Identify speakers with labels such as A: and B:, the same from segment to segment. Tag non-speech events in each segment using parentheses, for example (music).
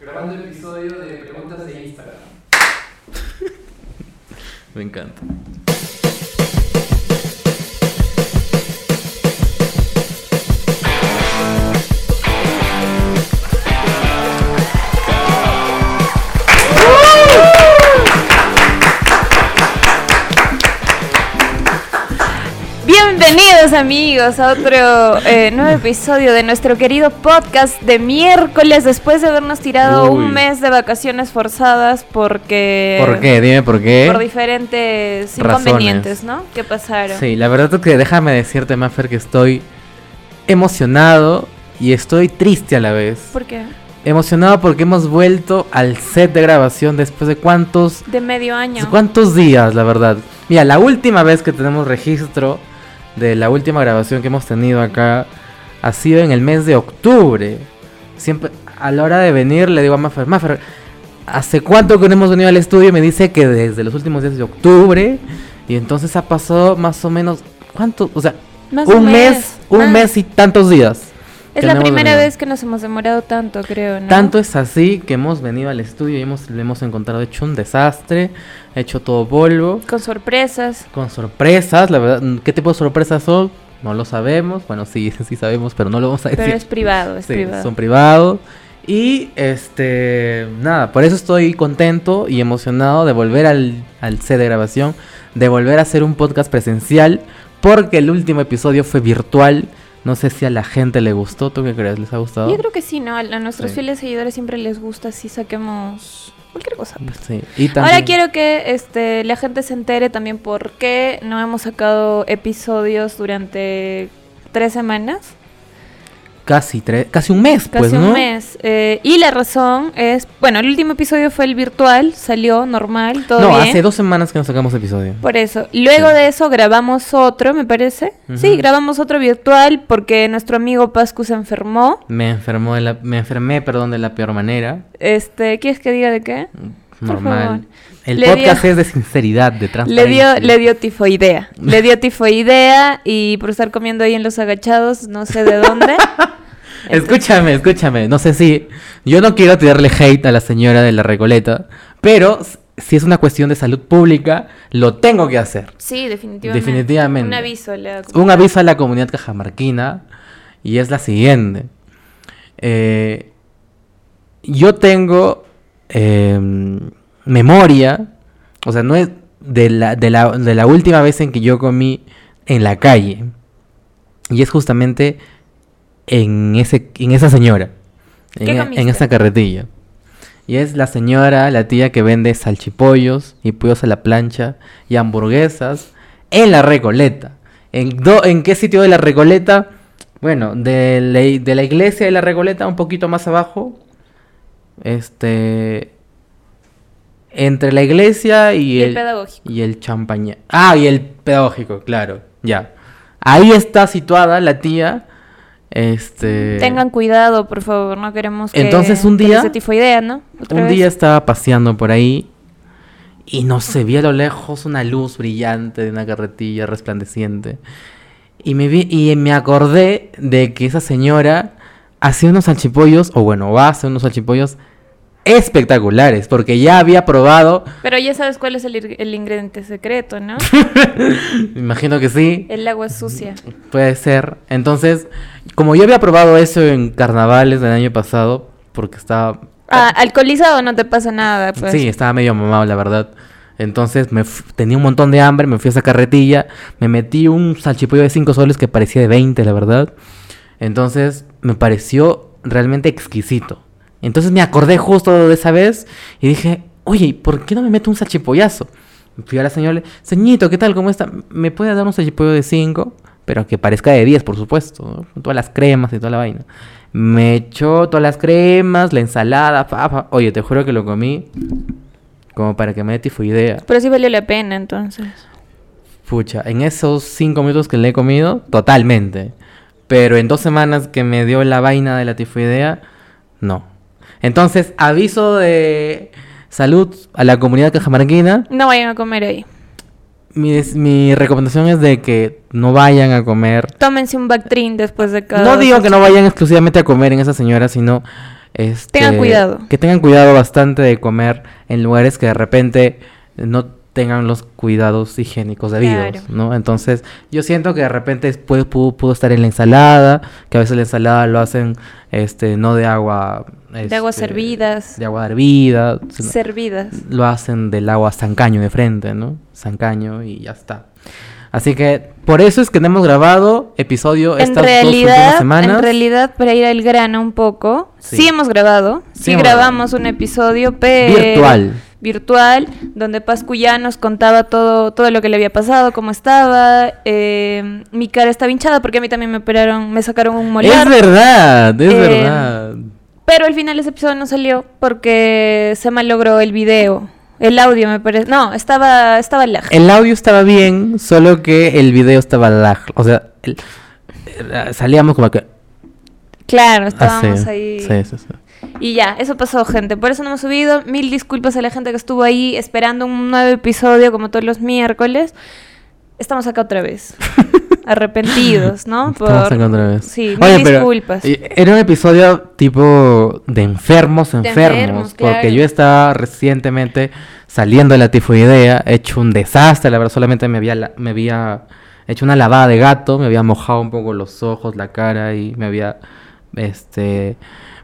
A: Grabando el episodio de preguntas de Instagram.
B: Me encanta.
C: Bienvenidos amigos a otro eh, nuevo episodio de nuestro querido podcast de miércoles después de habernos tirado
B: Uy.
C: un mes de vacaciones forzadas porque
B: ¿Por qué? Dime por qué.
C: Eh, por diferentes
B: Razones.
C: inconvenientes, ¿no? Que pasaron.
B: Sí, la verdad es que déjame decirte, Maffer, que estoy emocionado y estoy triste a la vez.
C: ¿Por qué?
B: Emocionado porque hemos vuelto al set de grabación después de cuántos
C: De medio año.
B: ¿Cuántos días, la verdad? Mira, la última vez que tenemos registro de la última grabación que hemos tenido acá ha sido en el mes de octubre. Siempre a la hora de venir le digo a Maffer, Maffer, ¿hace cuánto que no hemos venido al estudio? Y me dice que desde los últimos días de octubre. Y entonces ha pasado más o menos, ¿cuánto? O sea,
C: Más o
B: un mes,
C: menos.
B: un
C: Ah,
B: mes y tantos días.
C: Es
B: que
C: la
B: no hemos
C: primera
B: venido.
C: vez que nos hemos demorado tanto, creo, ¿no?
B: Tanto es así que hemos venido al estudio y hemos, le hemos encontrado hecho un desastre, hecho todo polvo.
C: con sorpresas.
B: Con sorpresas, la verdad, mm, ¿qué tipo de sorpresas son? No lo sabemos. Bueno, sí, (laughs) sí sabemos, pero no lo vamos a decir.
C: Pero es privado, es
B: Eh, Sí,
C: privado.
B: Son privados. Y este, nada, por eso estoy contento y emocionado de volver al, al set de grabación, de volver a hacer un podcast presencial, porque el último episodio fue virtual. No sé si a la gente le gustó, ¿tú qué crees? ¿Les ha gustado?
C: Yo creo que sí, ¿no? A, a nuestros
B: Sí.
C: fieles seguidores siempre les gusta si saquemos cualquier cosa.
B: Sí. Y también,
C: Ahora quiero que este, la gente se entere también por qué no hemos sacado episodios durante tres semanas,
B: casi tres, casi un mes,
C: casi
B: pues,
C: un
B: ¿no?
C: mes. Eh, y la razón es, bueno, el último episodio fue el virtual, salió normal, todo
B: no,
C: bien.
B: hace dos semanas que no sacamos episodio.
C: Por eso. Luego
B: Sí.
C: de eso grabamos otro, me parece. Sí,
B: Ujú.
C: grabamos otro virtual porque nuestro amigo Pascu se enfermó.
B: Me enfermó de la, me enfermé, perdón, de la peor manera.
C: Este, ¿quieres que diga de qué? Por favor.
B: Normal. El
C: Le
B: podcast
C: dio-
B: es de sinceridad, de
C: Le
B: transparencia.
C: dio, le dio tifoidea. Le dio tifoidea y por estar comiendo ahí en los agachados, no sé de
B: (laughs)
C: dónde.
B: (laughs) Escúchame, escúchame. No sé si. Yo no quiero tirarle hate a la señora de la Recoleta, pero s- si es una cuestión de salud pública, lo tengo que hacer.
C: Sí, definitivamente.
B: Definitivamente.
C: Un aviso. le hago.
B: Un aviso a la comunidad cajamarquina y es la siguiente. Eh, yo tengo eh, memoria, o sea, no es de la, de, la, de la última vez en que yo comí en la calle. Y es justamente en, ese, en esa señora,
C: ¿Qué
B: en,
C: comiste?
B: en esa carretilla. Y es la señora, la tía que vende salchipollos y pollos a la plancha y hamburguesas en la Recoleta. ¿En, do- en qué sitio de la Recoleta? Bueno, de la, i- de la iglesia de la Recoleta, un poquito más abajo. Este. Entre la iglesia y,
C: Y el pedagógico.
B: Y el champaña. Ah, y el pedagógico, claro, ya. Ahí está situada la tía. Este.
C: Tengan cuidado, por favor. No queremos que.
B: Entonces, un
C: que
B: día-
C: les dé tifoidea, ¿no? Otra
B: Un
C: vez.
B: día estaba paseando por ahí y no sé, vi a lo lejos una luz brillante de una carretilla resplandeciente. Y me, vi, y me acordé de que esa señora hacía unos salchipollos, o bueno, va a hacer unos salchipollos espectaculares, porque ya había probado, (laughs)
C: Pero ya sabes cuál es el, ir- el ingrediente secreto, ¿no?
B: me imagino que sí,
C: El agua sucia.
B: Puede ser. Entonces, como yo había probado eso en carnavales del año pasado, porque estaba...
C: Ah, alcoholizado no te pasa nada, pues.
B: Sí, estaba medio mamado, la verdad. Entonces me fu- tenía un montón de hambre, me fui a esa carretilla, me metí un salchipollo de 5 soles que parecía de 20, la verdad. Entonces me pareció realmente exquisito. Entonces me acordé justo de esa vez y dije, oye, ¿y ¿por qué no me meto un salchipollazo? Fui a la señora, le- señito, ¿qué tal? ¿Cómo está? ¿Me puede dar un salchipollo de 5? Pero que parezca de 10, por supuesto, ¿no? con todas las cremas y toda la vaina. Me echó todas las cremas, la ensalada, papa. Oye, te juro que lo comí como para que me dé tifoidea.
C: Pero sí valió la pena, entonces.
B: Pucha, en esos cinco minutos que le he comido, totalmente. Pero en dos semanas que me dio la vaina de la tifoidea, no. Entonces, aviso de salud a la comunidad cajamarquina.
C: No vayan a comer ahí.
B: Mi, des- mi recomendación es de que no vayan a comer.
C: Tómense un Bactrin después de cada.
B: No digo que no vayan exclusivamente a comer en esa señora, sino este,
C: Tengan cuidado.
B: Que tengan cuidado bastante de comer en lugares que de repente no tengan los cuidados higiénicos debidos,
C: Claro.
B: ¿no? Entonces, yo siento que de repente pudo, pudo, pudo estar en la ensalada, que a veces la ensalada lo hacen este no de agua
C: De aguas
B: este,
C: hervidas.
B: de agua hervida, sino-
C: Servidas.
B: lo hacen del agua Sancaño de frente, ¿no? Sancaño y ya está. Así que por eso es que no hemos grabado (laughs) episodio
C: En
B: estas dos últimas
C: realidad,
B: semanas.
C: en realidad, para ir al grano un poco,
B: Sí.
C: sí, hemos grabado,
B: Sí
C: sí,
B: hemos
C: grabamos un episodio, pero...
B: Virtual.
C: Virtual, donde Pascu ya nos contaba todo, todo lo que le había pasado, cómo estaba, eh, mi cara estaba hinchada porque a mí también me operaron, me sacaron un molar.
B: Es verdad, es
C: Eh,
B: verdad.
C: Pero al final ese episodio no salió porque se malogró el video. El audio me parece. No, estaba, estaba lag.
B: El audio estaba bien, solo que el video estaba lag. O sea, el- eh, salíamos como que...
C: Claro,
B: ah, sí,
C: estábamos ahí.
B: Sí, sí, sí.
C: Y ya, eso pasó, gente. Por eso no hemos subido. Mil disculpas a la gente que estuvo ahí esperando un nuevo episodio como todos los miércoles. Estamos acá
B: (laughs)
C: otra vez. (laughs) Arrepentidos, ¿no?
B: Estamos acá otra vez.
C: Sí, mil
B: Oye, pero,
C: disculpas.
B: eh, Era un episodio tipo de enfermos,
C: De
B: enfermos.
C: enfermos,
B: porque
C: claro.
B: yo estaba recientemente saliendo de la tifoidea, hecho un desastre. La verdad, solamente me había, la- me había hecho una lavada de gato, me había mojado un poco los ojos, la cara y me había este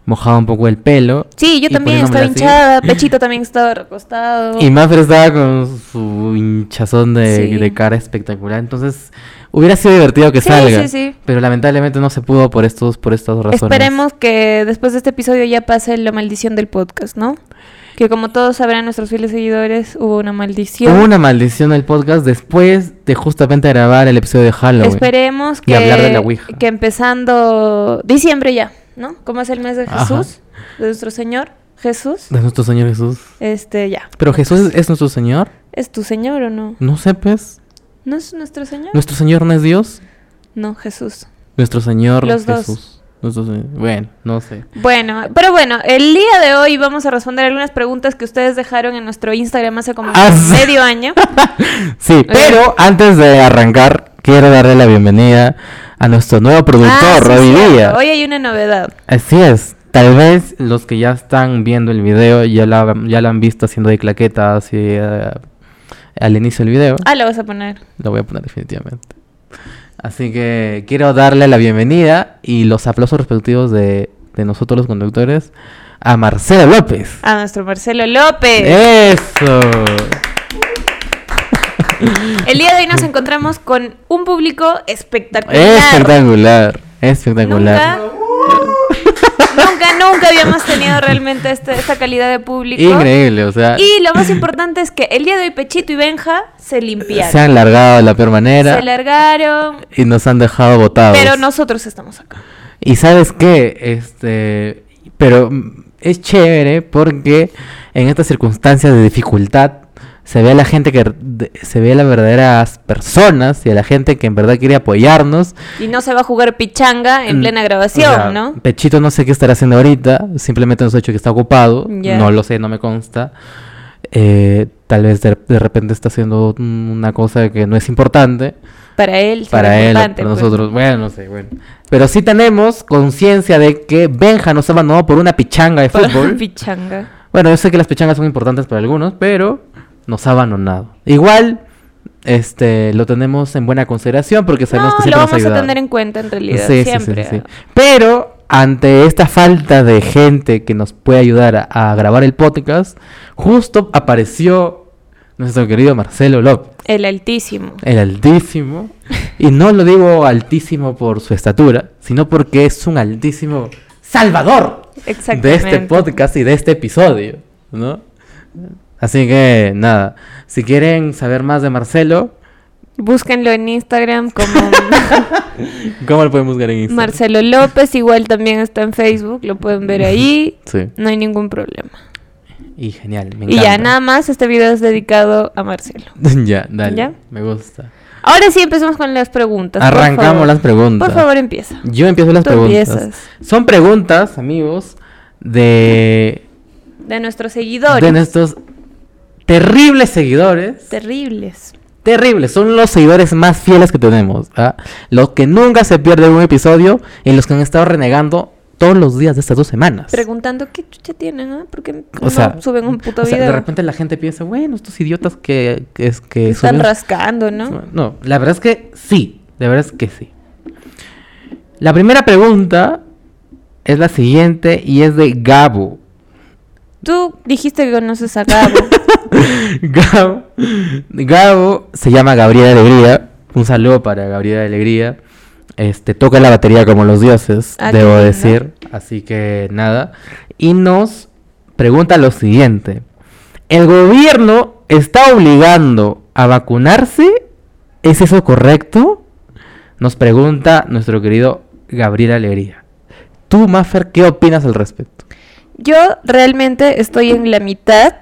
B: mojado un poco el pelo.
C: Sí, yo
B: y
C: también
B: poniéndome
C: estaba
B: así. (laughs)
C: hinchada. Pechito también estaba recostado.
B: Y Maffer estaba con su hinchazón de,
C: Oh. Sí.
B: de cara espectacular. Entonces, hubiera sido divertido que
C: Sí,
B: salga.
C: sí, sí.
B: Pero lamentablemente no se pudo por estos, por estas razones.
C: Esperemos que después de este episodio ya pase la maldición del podcast, ¿no? Que como todos sabrán nuestros fieles seguidores, hubo una maldición.
B: Hubo una maldición al podcast después de justamente grabar el episodio de Halloween.
C: Esperemos
B: Y
C: que,
B: hablar de la Ouija.
C: que empezando diciembre ya, ¿no? Como es el mes de
B: Ajá.
C: Jesús, de nuestro Señor Jesús,
B: De nuestro Señor Jesús.
C: este ya.
B: Pero Jesús es, es nuestro Señor.
C: ¿Es tu Señor o no?
B: No sé, pues.
C: ¿No es nuestro Señor?
B: Nuestro Señor no es Dios.
C: No, Jesús.
B: Nuestro Señor
C: Los dos.
B: Jesús. Nuestro Señor- Bueno, no sé.
C: Bueno, pero bueno, el día de hoy vamos a responder algunas preguntas que ustedes dejaron en nuestro Instagram hace como
B: (laughs) Ah, sí.
C: medio año.
B: (laughs) Sí, pero antes de arrancar, quiero darle la bienvenida a nuestro nuevo productor,
C: Ah, sí,
B: Robbie
C: cierto.
B: Díaz.
C: Hoy hay una novedad.
B: Así es. Tal vez los que ya están viendo el video ya la, ya la han visto haciendo de claquetas y, eh, al inicio del video.
C: Ah, la vas a poner.
B: Lo voy a poner definitivamente. Así que quiero darle la bienvenida y los aplausos respectivos de, de nosotros los conductores a Marcela López.
C: A nuestro Marcelo López.
B: Eh. ¡Eso!
C: El día de hoy nos encontramos con un público espectacular.
B: Espectacular, espectacular.
C: Nunca, nunca, nunca habíamos tenido realmente este- esta calidad de público.
B: Increíble, o sea,
C: Y lo más importante es que el día de hoy Pechito y Benja se limpiaron.
B: se han largado de la peor manera
C: Se largaron.
B: y nos han dejado botados.
C: Pero nosotros estamos acá.
B: Y sabes qué, este, pero mm, es chévere porque en estas circunstancias de dificultad se ve a la gente que r- de- se ve a las verdaderas personas y a la gente que en verdad quiere apoyarnos.
C: Y no se va a jugar pichanga en
B: Mm, o
C: plena
B: sea,
C: grabación, ¿no?
B: Pechito no sé qué estará haciendo ahorita, simplemente nos ha dicho que está ocupado,
C: Ya.
B: no lo sé, no me consta. Eh, tal vez de, de repente está haciendo un- una cosa que no es importante
C: Para él.
B: para
C: será
B: él, para
C: importante, pues.
B: nosotros. Bueno, no sé, bueno. Pero sí tenemos conciencia de que Benja nos abandonó por una pichanga de
C: Para
B: fútbol.
C: pichanga.
B: bueno, yo sé que las pichangas son importantes para algunos, pero nos ha abandonado. Igual, este, lo tenemos en buena consideración porque sabemos
C: No,
B: que
C: lo
B: siempre nos
C: vamos a
B: ayuda.
C: tener en cuenta en realidad.
B: Sí, sí, sí,
C: siempre.
B: sí, sí. Pero ante esta falta de gente que nos puede ayudar a, a grabar el podcast, justo apareció nuestro querido Marcelo López.
C: El altísimo.
B: El altísimo. Y no lo digo altísimo por su estatura, sino porque es un altísimo salvador de
C: Exactamente.
B: este podcast y de este episodio, ¿no? Así que nada, si quieren saber más de Marcelo,
C: Búsquenlo en Instagram
B: (laughs)
C: como
B: ¿cómo lo pueden buscar en Instagram?
C: Marcelo López. Igual también está en Facebook, lo pueden ver ahí.
B: Sí.
C: No hay ningún problema.
B: Y genial, me
C: Y ya nada
B: encanta.
C: más, este video es dedicado a Marcelo.
B: (laughs) ya, dale.
C: ¿Ya?
B: Me gusta.
C: Ahora sí empezamos con las preguntas. por
B: Arrancamos
C: favor.
B: las preguntas.
C: Por favor, empieza.
B: Yo empiezo las
C: Tú
B: preguntas.
C: empiezas.
B: Son preguntas, amigos, de
C: De nuestros seguidores.
B: de nuestros terribles seguidores.
C: Terribles.
B: Terribles, son los seguidores más fieles que tenemos. ¿ah? Los que nunca se pierden un episodio y los que han estado renegando todos los días de estas dos semanas.
C: Preguntando qué chucha tienen, ah? ¿Por qué
B: O
C: no
B: sea,
C: suben un puto
B: O sea,
C: video?
B: de repente eh, la gente piensa, bueno, estos idiotas que, que es que
C: Que están
B: suben-
C: rascando, ¿no?
B: No, la verdad es que sí. La verdad es que sí. La primera pregunta es la siguiente y es de Gabo.
C: Tú dijiste que conoces
B: (laughs)
C: a Gabo.
B: Gabo, Gabo se llama Gabriela Alegría. Un saludo para Gabriela Alegría. Este toca la batería como los dioses,
C: Ah, qué
B: debo
C: lindo.
B: decir. Así que nada. Y nos pregunta lo siguiente: ¿El gobierno está obligando a vacunarse? ¿Es eso correcto? Nos pregunta nuestro querido Gabriel Alegría. Tú, Maffer, ¿qué opinas al respecto?
C: Yo realmente estoy en la mitad,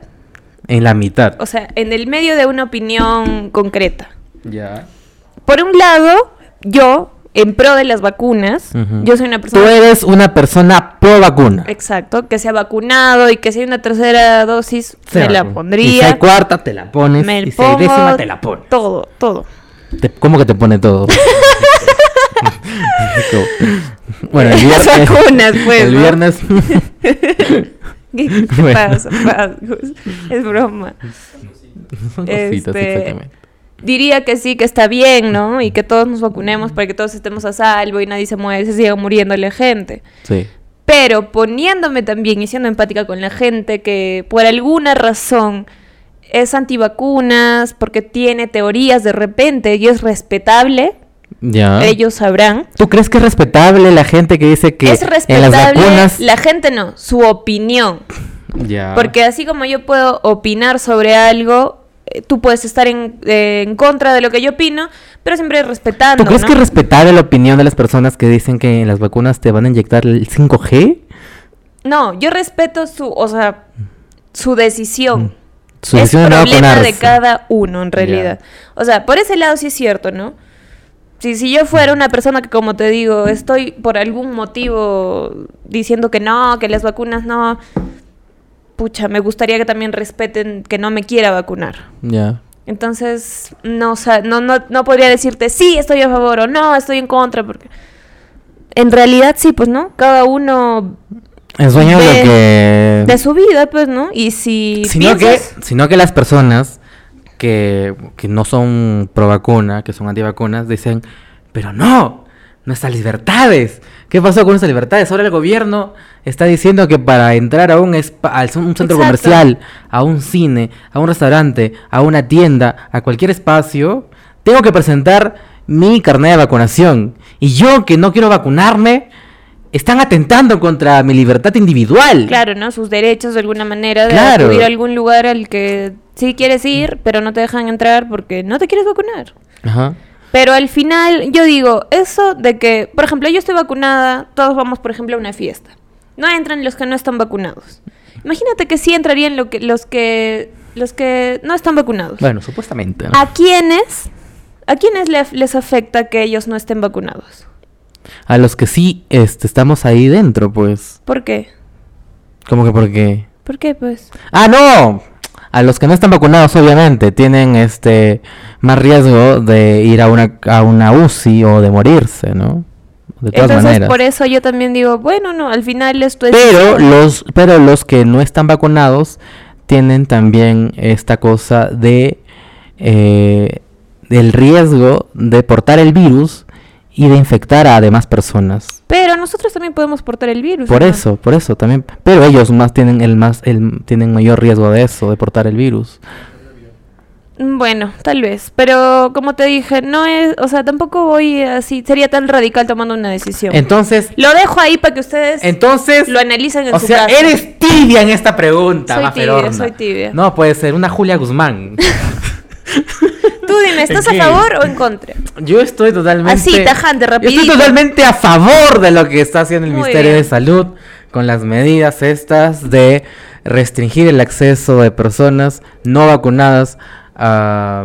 B: En la mitad.
C: o sea, en el medio de una opinión concreta.
B: Ya.
C: Por un lado, yo, en pro de las vacunas,
B: Ujú.
C: yo soy una
B: Tú
C: persona...
B: eres una persona pro vacuna.
C: Exacto, que se ha vacunado y que si hay una tercera dosis,
B: Se
C: me la
B: vacuna. Y si hay
C: pondría.
B: cuarta, te la pones.
C: Me
B: y si hay
C: pongo
B: décima, te la pones.
C: Todo, todo.
B: Te- ¿Cómo que te pone
C: (laughs)
B: todo? (laughs) bueno, el
C: (laughs) Las
B: viernes.
C: vacunas, pues,
B: el
C: ¿no? (laughs)
B: viernes.
C: ¿Qué qué
B: Bueno.
C: pasa, Vascos? Es broma.
B: Son cositas,
C: Este,
B: exactamente.
C: Diría que sí, que está bien, ¿no? Y que todos nos vacunemos para que todos estemos a salvo y nadie se mueve, se siga muriendo la gente.
B: Sí.
C: Pero poniéndome también y siendo empática con la gente que por alguna razón es antivacunas, porque tiene teorías de repente y es respetable,
B: Ya.
C: ellos sabrán.
B: ¿Tú crees que es respetable la gente que dice que
C: es
B: en
C: respetable
B: las vacunas. Ah.
C: la gente no, su opinión.
B: Ya.
C: Porque así como yo puedo opinar sobre algo, eh, tú puedes estar en, eh, en contra de lo que yo opino, pero siempre respetando.
B: ¿Tú crees
C: ¿no?
B: que es respetable la opinión de las personas que dicen que en las vacunas te van a inyectar el 5G?
C: No, yo respeto su, o sea, su
B: Mm.
C: decisión.
B: Su
C: es
B: decisión de no
C: problema de
B: vacunarse.
C: cada uno, en realidad. O sea, por ese lado sí es cierto, ¿no? Si, si yo fuera una persona que, como te digo, estoy por algún motivo diciendo que no, que las vacunas no, pucha, me gustaría que también respeten que no me quiera vacunar.
B: Ya.
C: Entonces, no, o sea, no, no, no podría decirte sí, estoy a favor o no, estoy en contra, porque en realidad sí, pues, ¿no? Cada uno
B: El sueño
C: de-
B: lo que...
C: de su vida, pues, ¿no? Y si
B: sino, que,
C: piensas-
B: sino que las personas que, que no son pro vacuna, que son antivacunas, dicen, pero no, nuestras libertades. ¿Qué pasó con nuestras libertades? Ahora el gobierno está diciendo que para entrar a un, espa- al- un centro
C: Exacto.
B: comercial, a un cine, a un restaurante, a una tienda, a cualquier espacio, tengo que presentar mi carnet de vacunación. Y yo que no quiero vacunarme, están atentando contra mi libertad individual.
C: claro, ¿no? Sus derechos de alguna manera de
B: Claro.
C: acudir a algún lugar al que sí quieres ir, pero no te dejan entrar porque no te quieres vacunar.
B: Ajá.
C: Pero al final, yo digo, eso de que, por ejemplo, yo estoy vacunada, todos vamos, por ejemplo, a una fiesta. No entran los que no están vacunados. Imagínate que sí entrarían lo que, los que los que no están vacunados.
B: Bueno, supuestamente. ¿no?
C: ¿A quiénes? ¿A quiénes le- les afecta que ellos no estén vacunados?
B: A los que sí este, estamos ahí dentro, pues.
C: ¿Por qué?
B: ¿Cómo que por qué?
C: ¿Por qué, pues?
B: ¡Ah, no! A los que no están vacunados, obviamente, tienen este más riesgo de ir a una, a una UCI o de morirse, ¿no? De todas
C: Entonces,
B: maneras.
C: por eso yo también digo, bueno, no, al final esto es...
B: Pero los, pero los que no están vacunados tienen también esta cosa de eh, del riesgo de portar el virus y de infectar a demás personas.
C: Pero nosotros también podemos portar el virus.
B: Por
C: ¿no?
B: eso, por eso también. Pero ellos más tienen el más el, tienen mayor riesgo de eso, de portar el virus.
C: Mm, Bueno, tal vez, pero como te dije, no es, o sea, tampoco voy así, sería tan radical tomando una decisión.
B: Entonces,
C: lo dejo ahí para que ustedes
B: entonces,
C: lo analicen en
B: o
C: su
B: sea,
C: casa.
B: eres tibia en esta pregunta,
C: Soy
B: Maferorna.
C: tibia, soy tibia.
B: No puede ser una Julia Guzmán. (laughs)
C: Tú dime, ¿estás a
B: ¿Qué?
C: favor o en contra?
B: Yo estoy totalmente
C: Así, tajante,
B: yo
C: rapidito.
B: Estoy totalmente a favor de lo que está haciendo el
C: Muy
B: Ministerio
C: bien.
B: de Salud con las medidas estas de restringir el acceso de personas no vacunadas a,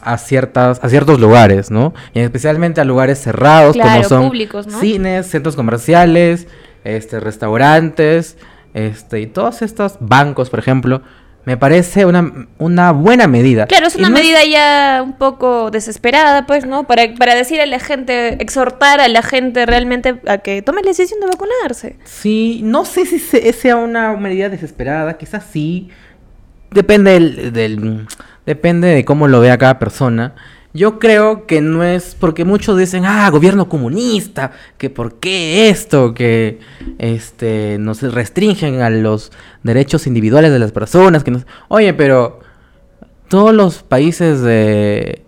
B: a ciertas a ciertos lugares, ¿no? Y especialmente a lugares cerrados como
C: Claro,
B: son
C: públicos, ¿no?
B: cines, centros comerciales, este restaurantes, este y todos estos bancos, por ejemplo, Me parece una, una buena medida.
C: Claro, es
B: Y
C: una
B: no
C: medida ya un poco desesperada, pues, ¿no? Para, para decir a la gente, exhortar a la gente realmente a que tome la decisión de vacunarse.
B: Sí, no sé si se- sea una medida desesperada, quizás sí. Depende del, del- depende de cómo lo vea cada persona. Yo creo que no es porque muchos dicen, ah, gobierno comunista, que por qué esto, que este nos restringen a los derechos individuales de las personas, que no... Oye, pero todos los países de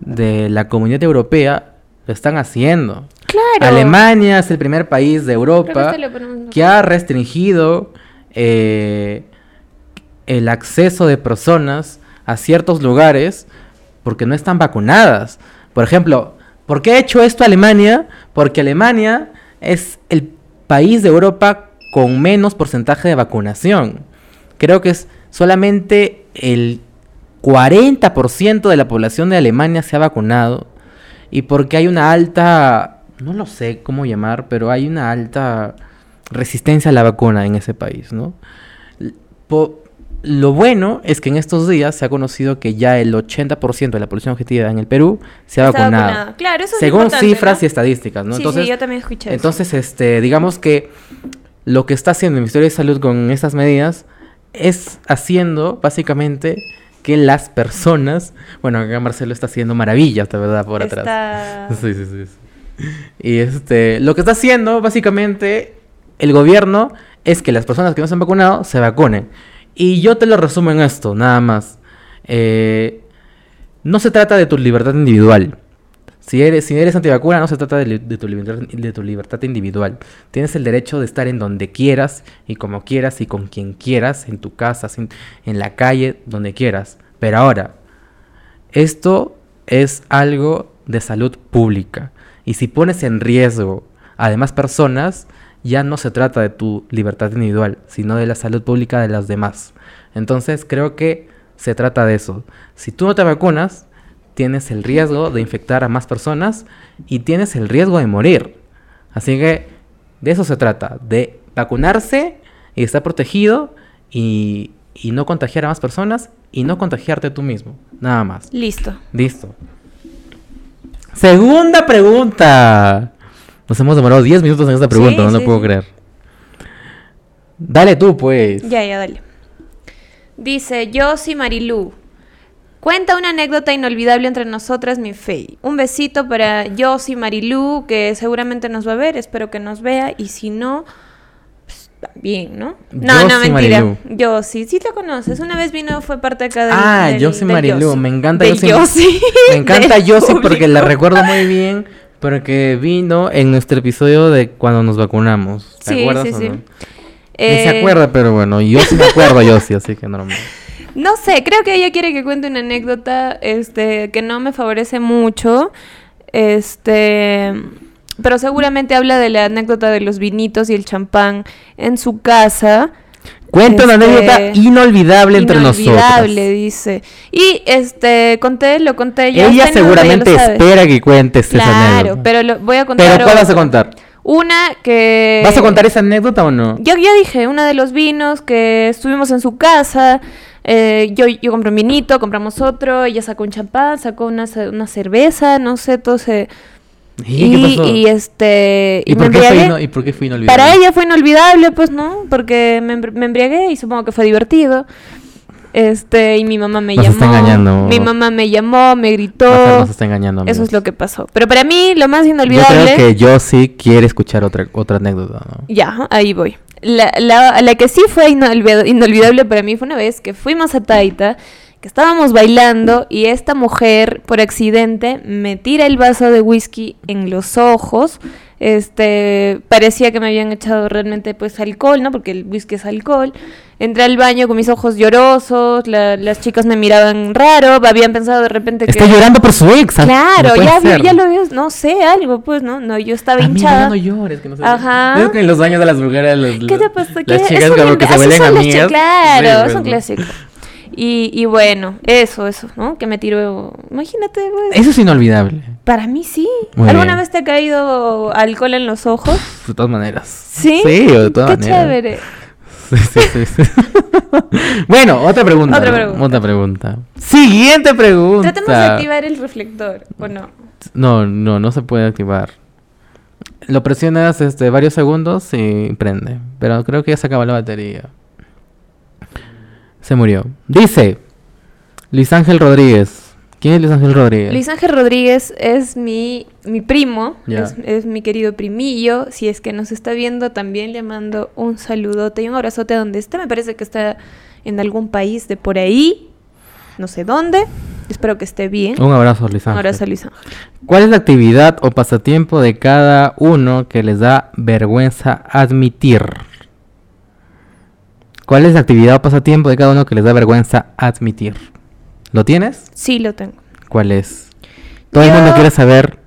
B: de la Comunidad Europea lo están haciendo.
C: Claro.
B: Alemania es el primer país de
C: Creo que
B: Europa
C: este lo ponemos-
B: que ha restringido eh, el acceso de personas a ciertos lugares porque no están vacunadas. Por ejemplo, ¿por qué ha hecho esto Alemania? Porque Alemania es el país de Europa con menos porcentaje de vacunación. Creo que es solamente el 40% de la población de Alemania se ha vacunado y porque hay una alta, no lo sé cómo llamar, pero hay una alta resistencia a la vacuna en ese país, ¿no? L- po- lo bueno es que en estos días se ha conocido que ya el 80% de la población objetiva en el Perú se ha
C: Está
B: vacunado.
C: vacunada. Claro, eso es
B: Según
C: importante,
B: cifras
C: ¿no?
B: y estadísticas, ¿no?
C: Sí,
B: entonces,
C: sí, yo también escuché. eso.
B: entonces, este, digamos que lo que está haciendo el Ministerio de Salud con estas medidas es haciendo básicamente que las personas, bueno, acá Marcelo está haciendo maravillas, de verdad, por atrás.
C: Está-
B: (laughs)
C: (laughs)
B: Sí, sí, sí, sí. Y este, lo que está haciendo básicamente el gobierno es que las personas que no se han vacunado se vacunen. Y yo te lo resumo en esto, nada más. Eh, no se trata de tu libertad individual. Si eres, si eres antivacuna, no se trata de, li- de tu libertad, de tu libertad individual. Tienes el derecho de estar en donde quieras y como quieras y con quien quieras, en tu casa, sin- en la calle, donde quieras. Pero ahora, esto es algo de salud pública. Y si pones en riesgo a demás personas, ya no se trata de tu libertad individual, sino de la salud pública de las demás. Entonces creo que se trata de eso. Si tú no te vacunas, tienes el riesgo de infectar a más personas y tienes el riesgo de morir. Así que de eso se trata, de vacunarse y estar protegido y, y no contagiar a más personas y no contagiarte tú mismo. Nada más.
C: Listo.
B: Listo. Segunda pregunta. Nos hemos demorado 10 minutos en esta pregunta,
C: Sí,
B: no lo
C: sí,
B: puedo
C: sí.
B: creer. Dale tú, pues.
C: Ya, ya, dale. Dice, yo soy Marilú. Cuenta una anécdota inolvidable entre nosotras, mi Fey. Un besito para yo soy Marilú, que seguramente nos va a ver, espero que nos vea, y si no, pues, bien, ¿no? No,
B: Yossi
C: no, mentira.
B: Marilú.
C: Yo sí, sí la conoces. Una vez vino, fue parte acá de
B: Ah, yo soy Marilu, me encanta
C: yo
B: Yossi-
C: (laughs)
B: Me encanta Yossi porque la recuerdo muy bien. Porque vino en nuestro episodio de cuando nos vacunamos. ¿Te
C: Sí,
B: acuerdas
C: sí,
B: o
C: sí. Eh,
B: no? Ni se acuerda, pero bueno, yo sí me acuerdo, yo sí, así que
C: (laughs)
B: normal.
C: No sé, creo que ella quiere que cuente una anécdota este, que no me favorece mucho. Este, pero seguramente habla de la anécdota de los vinitos y el champán en su casa.
B: Cuenta una
C: Este,
B: anécdota inolvidable entre nosotros.
C: Inolvidable, dice. Y este, conté, lo conté yo.
B: Ella
C: Este no,
B: seguramente
C: ya lo sabe.
B: espera que cuentes esa
C: Claro,
B: anécdota.
C: pero lo, voy a contar.
B: Pero ¿cuál vas a
C: otra.
B: contar?
C: Una que.
B: ¿Vas a contar esa anécdota o no?
C: Eh, Yo ya dije, uno de los vinos que estuvimos en su casa, eh, yo, yo compré un vinito, compramos otro, ella sacó un champán, sacó una, ce- una cerveza, no sé, todo se...
B: ¿Y, qué pasó?
C: y, este...
B: ¿Y
C: me
B: por, qué fue
C: embriagué.
B: ino- ¿Y por qué fue inolvidable?
C: Para ella fue inolvidable, pues, ¿no? Porque me, embr- me embriagué y supongo que fue divertido. Este, y mi mamá me
B: Nos
C: llamó.
B: está engañando.
C: Mi mamá me llamó, me gritó.
B: Rafael nos está engañando.
C: Eso
B: amigos.
C: es lo que pasó. Pero para mí, lo más
B: este Yo
C: inolvidable...
B: creo que yo sí quiere escuchar otra, otra anécdota, ¿no?
C: Ya, ahí voy. La, la- la que sí fue inolvi- inolvidable para mí fue una vez que fuimos a Taita, que estábamos bailando y esta mujer, por accidente, me tira el vaso de whisky en los ojos. Este, parecía que me habían echado realmente pues alcohol, ¿no? Porque el whisky es alcohol. Entré al baño con mis ojos llorosos, la- las chicas me miraban raro, habían pensado de repente que...
B: Está llorando por su ex. ah,
C: Claro,
B: no puede
C: ya, vi-
B: ser.
C: ya lo veo, no sé, algo, pues, ¿no? No, yo estaba
B: Amiga,
C: hinchada.
B: ya no llores, que no se
C: Ajá.
B: ¿Ves que en los baños de las mujeres los-
C: Ah. ¿Qué te pasa? ¿Qué?
B: Las chicas
C: es un
B: como que
C: invento-
B: se
C: esos
B: vuelven
C: son los chi-
B: amigas.
C: Claro,
B: Sí,
C: es un
B: pues,
C: clásico. Y, y bueno, eso, eso, ¿no? Que me tiro... Imagínate, pues.
B: Eso es inolvidable.
C: Para mí sí.
B: Muy
C: ¿Alguna
B: bien.
C: vez te ha caído alcohol en los ojos?
B: De todas maneras.
C: ¿Sí?
B: Sí, de todas
C: Qué
B: maneras.
C: chévere.
B: Sí, sí, sí, sí. bueno, otra pregunta.
C: Otra pregunta.
B: Otra pregunta. Siguiente pregunta.
C: Tratemos de activar el reflector, ¿o no?
B: No, no, no se puede activar. Lo presionas este, varios segundos y prende. Pero creo que ya se acabó la batería. Se murió. Dice Luis Ángel Rodríguez. ¿Quién es Luis Ángel Rodríguez?
C: Luis Ángel Rodríguez es mi, mi primo,
B: Ya.
C: es, es mi querido primillo. Si es que nos está viendo, también le mando un saludote y un abrazote a donde está. Me parece que está en algún país de por ahí, no sé dónde. Espero que esté bien.
B: Un abrazo, Luis
C: Un
B: Ángel.
C: abrazo, Luis Ángel.
B: ¿Cuál es la actividad o pasatiempo de cada uno que les da vergüenza admitir? ¿Cuál es la actividad o pasatiempo de cada uno que les da vergüenza admitir? ¿Lo tienes?
C: Sí, lo tengo.
B: ¿Cuál es? Todo el
C: Yo-
B: mundo quiere saber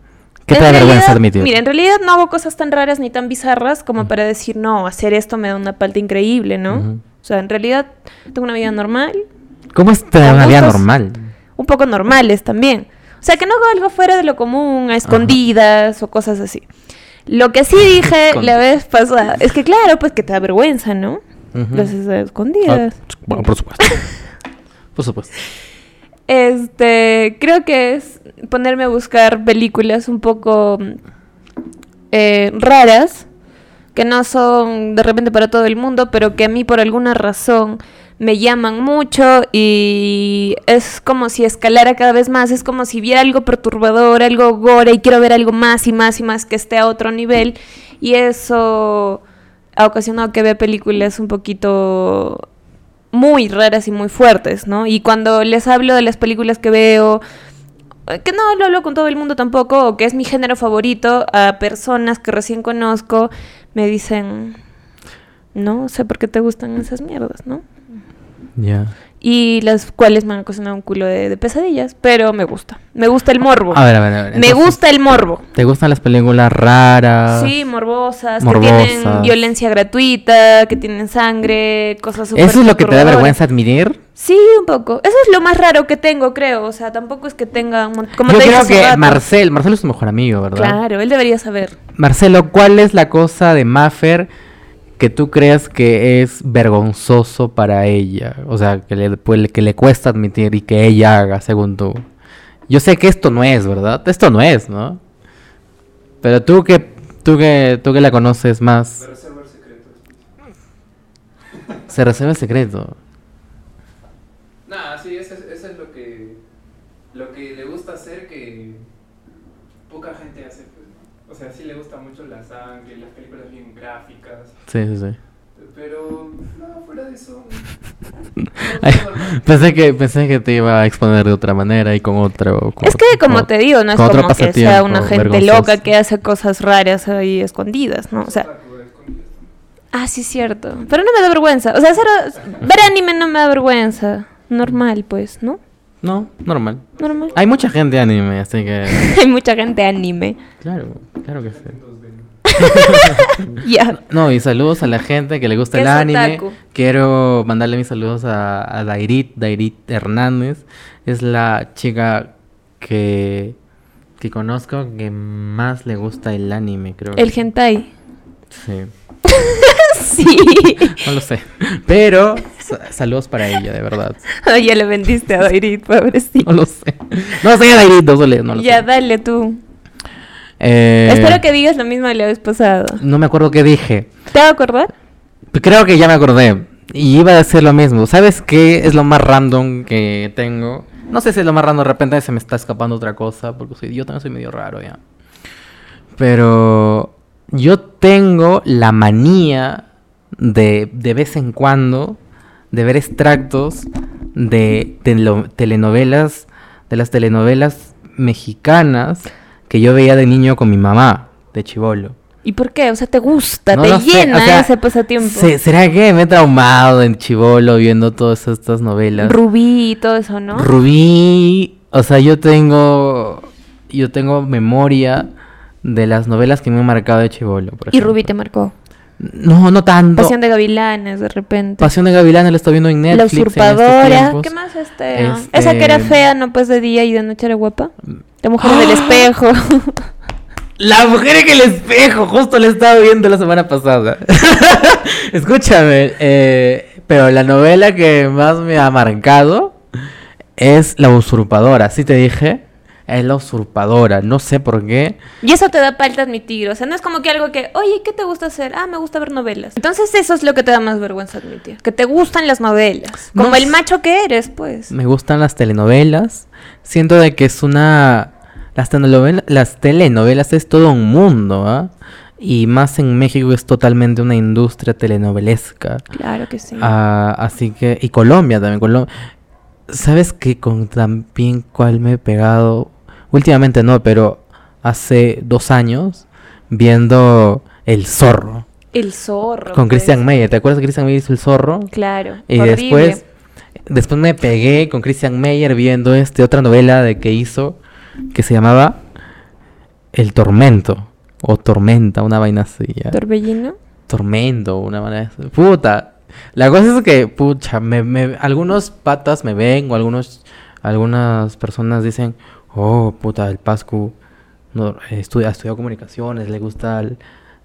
B: qué te
C: En
B: da vergüenza
C: realidad,
B: admitir.
C: Mira, en realidad no hago cosas tan raras ni tan bizarras como para decir, no, hacer esto me da una palta increíble, ¿no?
B: Ujú.
C: O sea, en realidad tengo una vida normal,
B: ¿Cómo es tener
C: Con
B: una vida
C: gustos-
B: normal?
C: un poco normales también. O sea, que no hago algo fuera de lo común, a escondidas o cosas así. Lo que sí dije la
B: Escondidas.
C: vez pasada es que, claro, pues que te da vergüenza, ¿no?
B: Ujú.
C: Las haces a escondidas.
B: Ah, bueno, por supuesto. (laughs) por supuesto.
C: Este, creo que es ponerme a buscar películas un poco mm, eh, raras, que no son de repente para todo el mundo, pero que a mí por alguna razón me llaman mucho y es como si escalara cada vez más, es como si viera algo perturbador, algo gore y quiero ver algo más y más y más que esté a otro nivel y eso ha ocasionado que vea películas un poquito muy raras y muy fuertes, ¿no? Y cuando les hablo de las películas que veo, eh, que no lo hablo con todo el mundo tampoco, o que es mi género favorito, a personas que recién conozco, me dicen, no sé por qué te gustan esas mierdas, ¿no?
B: Ya.
C: Y las cuales me han ocasionado un culo de, de pesadillas, pero me gusta. Me gusta el morbo.
B: A ver, a ver, a ver.
C: me
B: entonces,
C: gusta el morbo.
B: ¿Te gustan las películas raras?
C: Sí, morbosas, que tienen
B: Morbosas.
C: violencia gratuita, que tienen sangre, cosas súper
B: ¿Eso es lo que te da
C: perturbadoras.
B: vergüenza admitir?
C: Sí, un poco. Eso es lo más raro que tengo, creo. O sea, tampoco es que tenga... un mon- Como
B: Yo
C: te dije
B: creo
C: hace
B: que
C: rato.
B: Marcel, Marcelo es tu mejor amigo, ¿verdad?
C: Claro, él debería saber.
B: Marcelo, ¿cuál es la cosa de Maffer que tú crees que es vergonzoso para ella? O sea, que le, pues, que le cuesta admitir y que ella haga, según tú. Yo sé que esto no es, ¿verdad? Esto no es, ¿no? Pero tú que, tú que, tú que la conoces más,
A: reserva el secreto.
B: se reserva el secreto.
A: Nah, sí, eso es, eso es lo que lo que le gusta hacer que poca gente hace. pues, ¿no? O sea, sí le gusta mucho la sangre, las películas bien gráficas,
B: Sí, sí,
C: (laughs)
B: sí.
A: pero no, fuera de eso.
B: Ay, pensé, que, pensé que te iba a exponer de otra manera y con otro. con
C: es que,
B: otro-
C: como te digo, no es
B: con otro
C: como que sea
B: pasatiempo
C: una gente
B: vergonzoso.
C: loca que hace cosas raras ahí escondidas, ¿no? O sea,
A: pues,
C: ah, sí, es cierto. Pero no me da vergüenza. O sea, cero- ver anime no me da vergüenza. Normal, pues, ¿no?
B: No, normal.
C: Normal.
B: Hay mucha gente de anime, así que.
C: (laughs) Hay mucha gente anime.
B: Claro, claro que sí.
C: Ya.
B: No, y saludos a la gente que le gusta
C: Que
B: el
C: es
B: anime.
C: otaku.
B: Quiero mandarle mis saludos a, a Dairit, Dairit Hernández. Es la chica que, que conozco que más le gusta el anime, creo.
C: El hentai.
B: Sí,
C: (laughs) Sí. (laughs)
B: no lo sé. Pero sa- saludos para ella, de verdad.
C: Ay, ya le vendiste a Dairit, pobrecito.
B: No lo sé. No sé, Dairit, no, sole- no lo
C: ya,
B: sé.
C: dale tú.
B: Eh,
C: Espero que digas lo mismo de la vez pasada.
B: No me acuerdo qué dije.
C: ¿Te vas a acordar?
B: Creo que ya me acordé. Y iba a decir lo mismo. ¿Sabes qué es lo más random que tengo? No sé si es lo más random. De repente se me está escapando otra cosa. Porque soy, yo también soy medio raro ya. Pero yo tengo la manía de, de vez en cuando de ver extractos de telo- telenovelas, de las telenovelas mexicanas que yo veía de niño con mi mamá, de chivolo.
C: ¿Y por qué? O sea, te gusta,
B: No
C: te
B: lo sé,
C: llena
B: o sea,
C: ese pasatiempo.
B: se- ¿Será que me he traumado en chivolo viendo todas estas novelas?
C: Rubí y todo eso, ¿no?
B: Rubí, o sea, yo tengo yo tengo memoria de las novelas que me han marcado de chivolo, por
C: y
B: ejemplo.
C: Rubí te marcó.
B: No, no tanto.
C: Pasión de Gavilanes, de repente.
B: Pasión de Gavilanes la estoy viendo en
C: la
B: Netflix. en estos
C: usurpadora.
B: tiempos.
C: ¿Qué más este, ah?
B: Este-
C: Esa que era fea, no pues de día y de noche era guapa. La mujer
B: ¡Ah!
C: del espejo. (laughs)
B: La mujer en el espejo, justo la estaba viendo la semana pasada. (laughs) Escúchame, eh, Pero la novela que más me ha marcado es La Usurpadora. Sí te dije, es La Usurpadora. No sé por qué.
C: Y eso te da falta admitir. O sea, no es como que algo que, oye, ¿qué te gusta hacer? Ah, me gusta ver novelas. Entonces eso es lo que te da más vergüenza admitir. Que te gustan las novelas. Como
B: No
C: el
B: sé. Mm.
C: macho que eres, pues.
B: Me gustan las telenovelas. Siento de que es una... Las, telenovel- las telenovelas es todo un mundo, ¿ah? Y más en México es totalmente una industria telenovelesca.
C: Claro que sí.
B: Ah, así que... Y Colombia también. Colo- ¿Sabes que con también cuál me he pegado? Últimamente no, pero hace dos años viendo El Zorro.
C: El zorro.
B: Con
C: pues.
B: Christian Meyer. ¿Te acuerdas que Christian Meyer hizo El Zorro?
C: Claro.
B: Y
C: horrible.
B: después, después me pegué con Christian Meyer viendo este otra novela de que hizo que se llamaba El Tormento o Tormenta, una vaina así. ya.
C: Torbellino.
B: Tormento, una vaina así. Puta. La cosa es que, pucha, me, me- algunos patas me ven o algunos, algunas personas dicen, oh, puta, el Pascu no, eh, estudia, ha estudiado comunicaciones, le gustan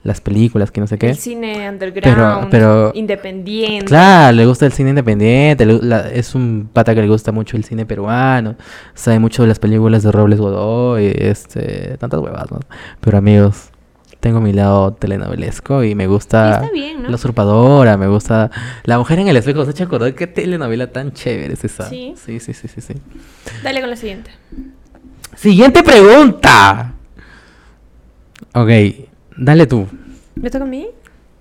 B: las películas, que no sé qué.
C: El cine underground.
B: pero-
C: Independiente.
B: Claro, le gusta el cine independiente, le- la- es un pata que le gusta mucho el cine peruano, sabe mucho de las películas de Robles Godoy, este, tantas huevas, ¿no? Pero amigos, tengo mi lado telenovelesco y me gusta
C: Y está bien, ¿no?
B: La usurpadora, me gusta La mujer en el espejo, se echa acordar qué telenovela tan chévere es esa.
C: Sí.
B: sí, sí, sí, sí. sí.
C: Dale con la siguiente.
B: Siguiente pregunta. Ok, dale tú.
C: ¿Me toca a mí?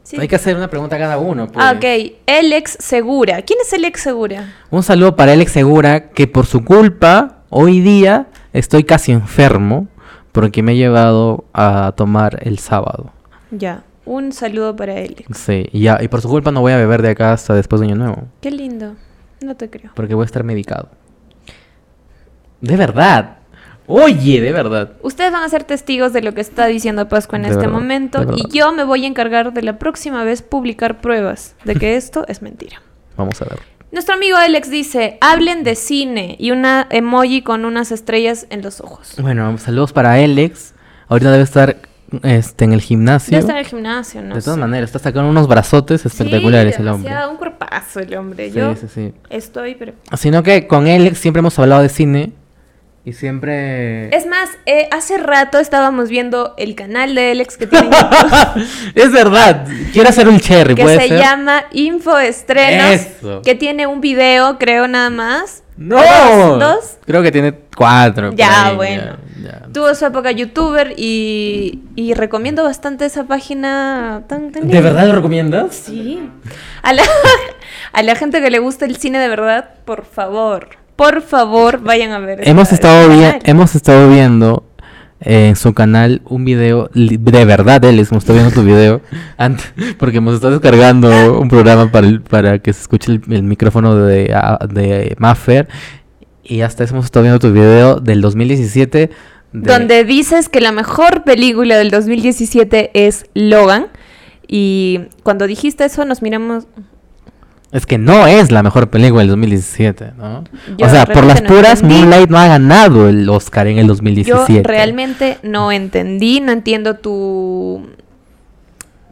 C: Sí.
B: Hay que hacer una pregunta a cada uno. pues.
C: Ah, ok. El ex Segura. ¿Quién es el ex Segura?
B: Un saludo para Alex Segura, que por su culpa, hoy día estoy casi enfermo porque me he llevado a tomar el sábado.
C: Ya. Un saludo para Alex.
B: Sí, y, ya- y por su culpa no voy a beber de acá hasta después de Año Nuevo,
C: Qué lindo. No te creo.
B: porque voy a estar medicado. De verdad. Oye, de verdad.
C: Ustedes van a ser testigos de lo que está diciendo Pascua en
B: De
C: este
B: verdad, de
C: momento
B: verdad.
C: y yo me voy a encargar de la próxima vez publicar pruebas de que esto es mentira.
B: Vamos a ver.
C: Nuestro amigo Alex dice, hablen de cine y una emoji con unas estrellas en los ojos.
B: Bueno, saludos para Alex. Ahorita debe estar este, en el gimnasio.
C: Debe estar en el gimnasio, ¿no?
B: de todas
C: sé.
B: maneras, está sacando unos brazotes
C: Sí,
B: espectaculares el hombre.
C: demasiado, Un cuerpazo el hombre.
B: Sí,
C: yo
B: sí, sí.
C: estoy, pero...
B: Sino que con él siempre hemos hablado de cine y siempre...
C: Es más, eh, hace rato estábamos viendo el canal de Alex
B: (laughs)
C: que tiene en YouTube,
B: (laughs) es verdad. Quiero hacer un cherry,
C: que
B: ¿puede
C: se
B: ser?
C: llama Infoestrenos,
B: Eso.
C: que tiene un video, creo nada más.
B: ¡No!
C: Dos, dos.
B: Creo que tiene cuatro. por
C: Ya,
B: ahí,
C: bueno.
B: ya, ya.
C: Tuvo su época youtuber y, y recomiendo bastante esa página tan,
B: ¿De
C: tan linda.
B: verdad lo recomiendas?
C: Sí. A la, (laughs) a la gente que le gusta el cine de verdad, por favor, por favor, vayan a ver.
B: Hemos
C: esa-
B: estado,
C: ese
B: vi-
C: canal.
B: hemos estado viendo eh, en su canal un video, li- de verdad, Alex, hemos estado viendo tu video, (laughs) antes, porque hemos estado descargando un programa para, el- para que se escuche el, el micrófono de, ah, de Maffer, y hasta eso hemos estado viendo tu video del 2017. de-
C: Donde dices que la mejor película del 2017 es Logan. Y cuando dijiste eso, nos miramos.
B: Es que no es la mejor película del 2017, ¿no?
C: Yo
B: o sea, por las
C: realmente no
B: puras,
C: entendí.
B: Moonlight no ha ganado el Oscar en el 2017.
C: Yo realmente no entendí, no entiendo tu,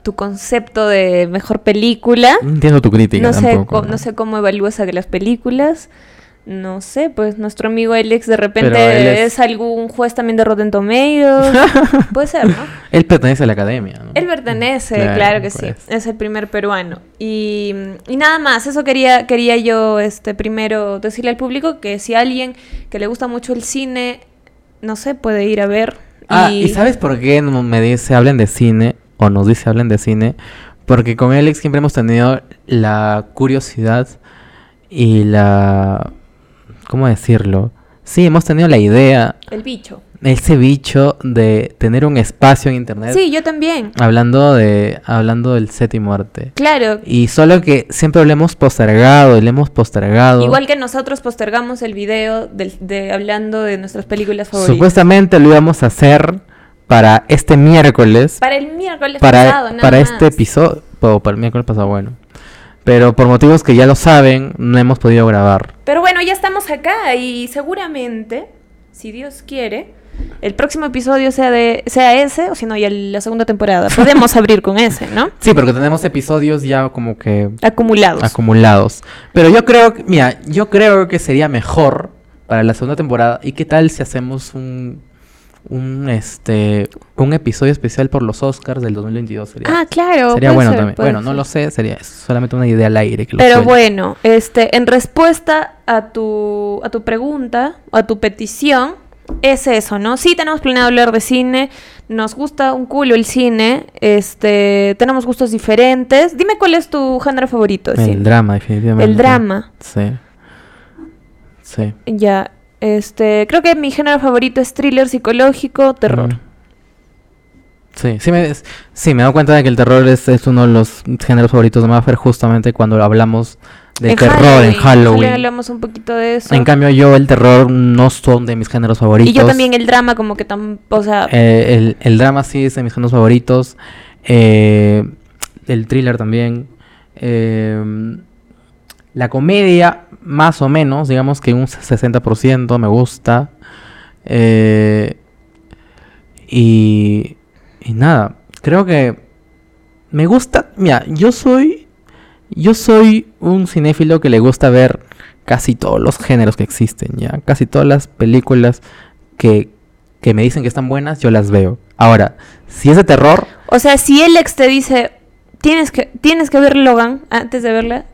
C: tu concepto de mejor película.
B: No Entiendo tu crítica
C: no sé,
B: tampoco,
C: co- no sé cómo evalúas a las películas. No sé, pues nuestro amigo Alex de
B: Pero él
C: repente
B: es-
C: es... algún juez también de Rotten Tomatoes. (laughs) Puede ser, ¿no?
B: Él pertenece a la academia, ¿no?
C: Él pertenece,
B: Claro,
C: claro, que
B: pues.
C: sí. Es el primer peruano. Y, y nada más, eso quería, quería yo este, primero decirle al público que si alguien que le gusta mucho el cine, no sé, puede ir a ver.
B: Ah, ¿y sabes por qué no me dice hablen de cine? O nos dice hablen de cine. Porque con Alex siempre hemos tenido la curiosidad y la... ¿Cómo decirlo? Sí, hemos tenido la idea,
C: El bicho.
B: ese bicho de tener un espacio en internet
C: Sí, yo también.
B: hablando de hablando del séptimo arte.
C: Claro.
B: Y solo que siempre lo hemos postergado, y lo hemos postergado.
C: Igual que nosotros postergamos el video del- de, hablando de nuestras películas favoritas.
B: Supuestamente lo íbamos a hacer para este miércoles,
C: Para el miércoles
B: para,
C: pasado, nada
B: para este
C: más.
B: episodio, o para el miércoles pasado, bueno. Pero por motivos que ya lo saben, no hemos podido grabar.
C: Pero bueno, ya estamos acá y seguramente, si Dios quiere, el próximo episodio sea, de, sea ese, o si no, ya la
B: (laughs)
C: segunda temporada. Podemos abrir con ese, ¿no?
B: Sí, porque tenemos episodios ya como que
C: Acumulados.
B: acumulados. Pero yo creo, que- mira, yo creo que sería mejor para la segunda temporada. ¿Y qué tal si hacemos un, un este, un episodio especial por los Oscars del 2022? Sería,
C: ah, claro.
B: sería
C: puede
B: bueno
C: ser,
B: también.
C: puede
B: Bueno, no
C: ser.
B: lo sé, sería es solamente una idea al aire. Que lo
C: Pero
B: suelto.
C: bueno, este, en respuesta a tu, a tu pregunta, a tu petición, es eso, ¿no? Sí tenemos planeado hablar de cine, nos gusta un culo el cine, este, tenemos gustos diferentes. Dime cuál es tu género favorito. de
B: El
C: cine.
B: drama, definitivamente.
C: El drama.
B: Sí. Sí.
C: Ya, este, creo que mi género favorito es thriller psicológico, terror.
B: Mm. Sí, sí me, es- sí, me he dado cuenta de que el terror es, es uno de los géneros favoritos de Maffer justamente cuando hablamos del
C: En
B: terror en Halloween.
C: hablamos un poquito de eso.
B: En cambio, yo el terror no son de mis géneros favoritos.
C: y yo también el drama como que tan, o sea,
B: Eh, el, el drama sí es de mis géneros favoritos. Eh, el thriller también. Eh, la comedia, más o menos, digamos que un 60% me gusta. Eh, y, y nada, creo que me gusta. Mira, yo soy. Yo soy un cinéfilo que le gusta ver casi todos los géneros que existen, ¿ya? Casi todas las películas que, que me dicen que están buenas, yo las veo. Ahora, si es de terror,
C: O sea, si el ex te dice, tienes que, tienes que ver Logan antes de verla,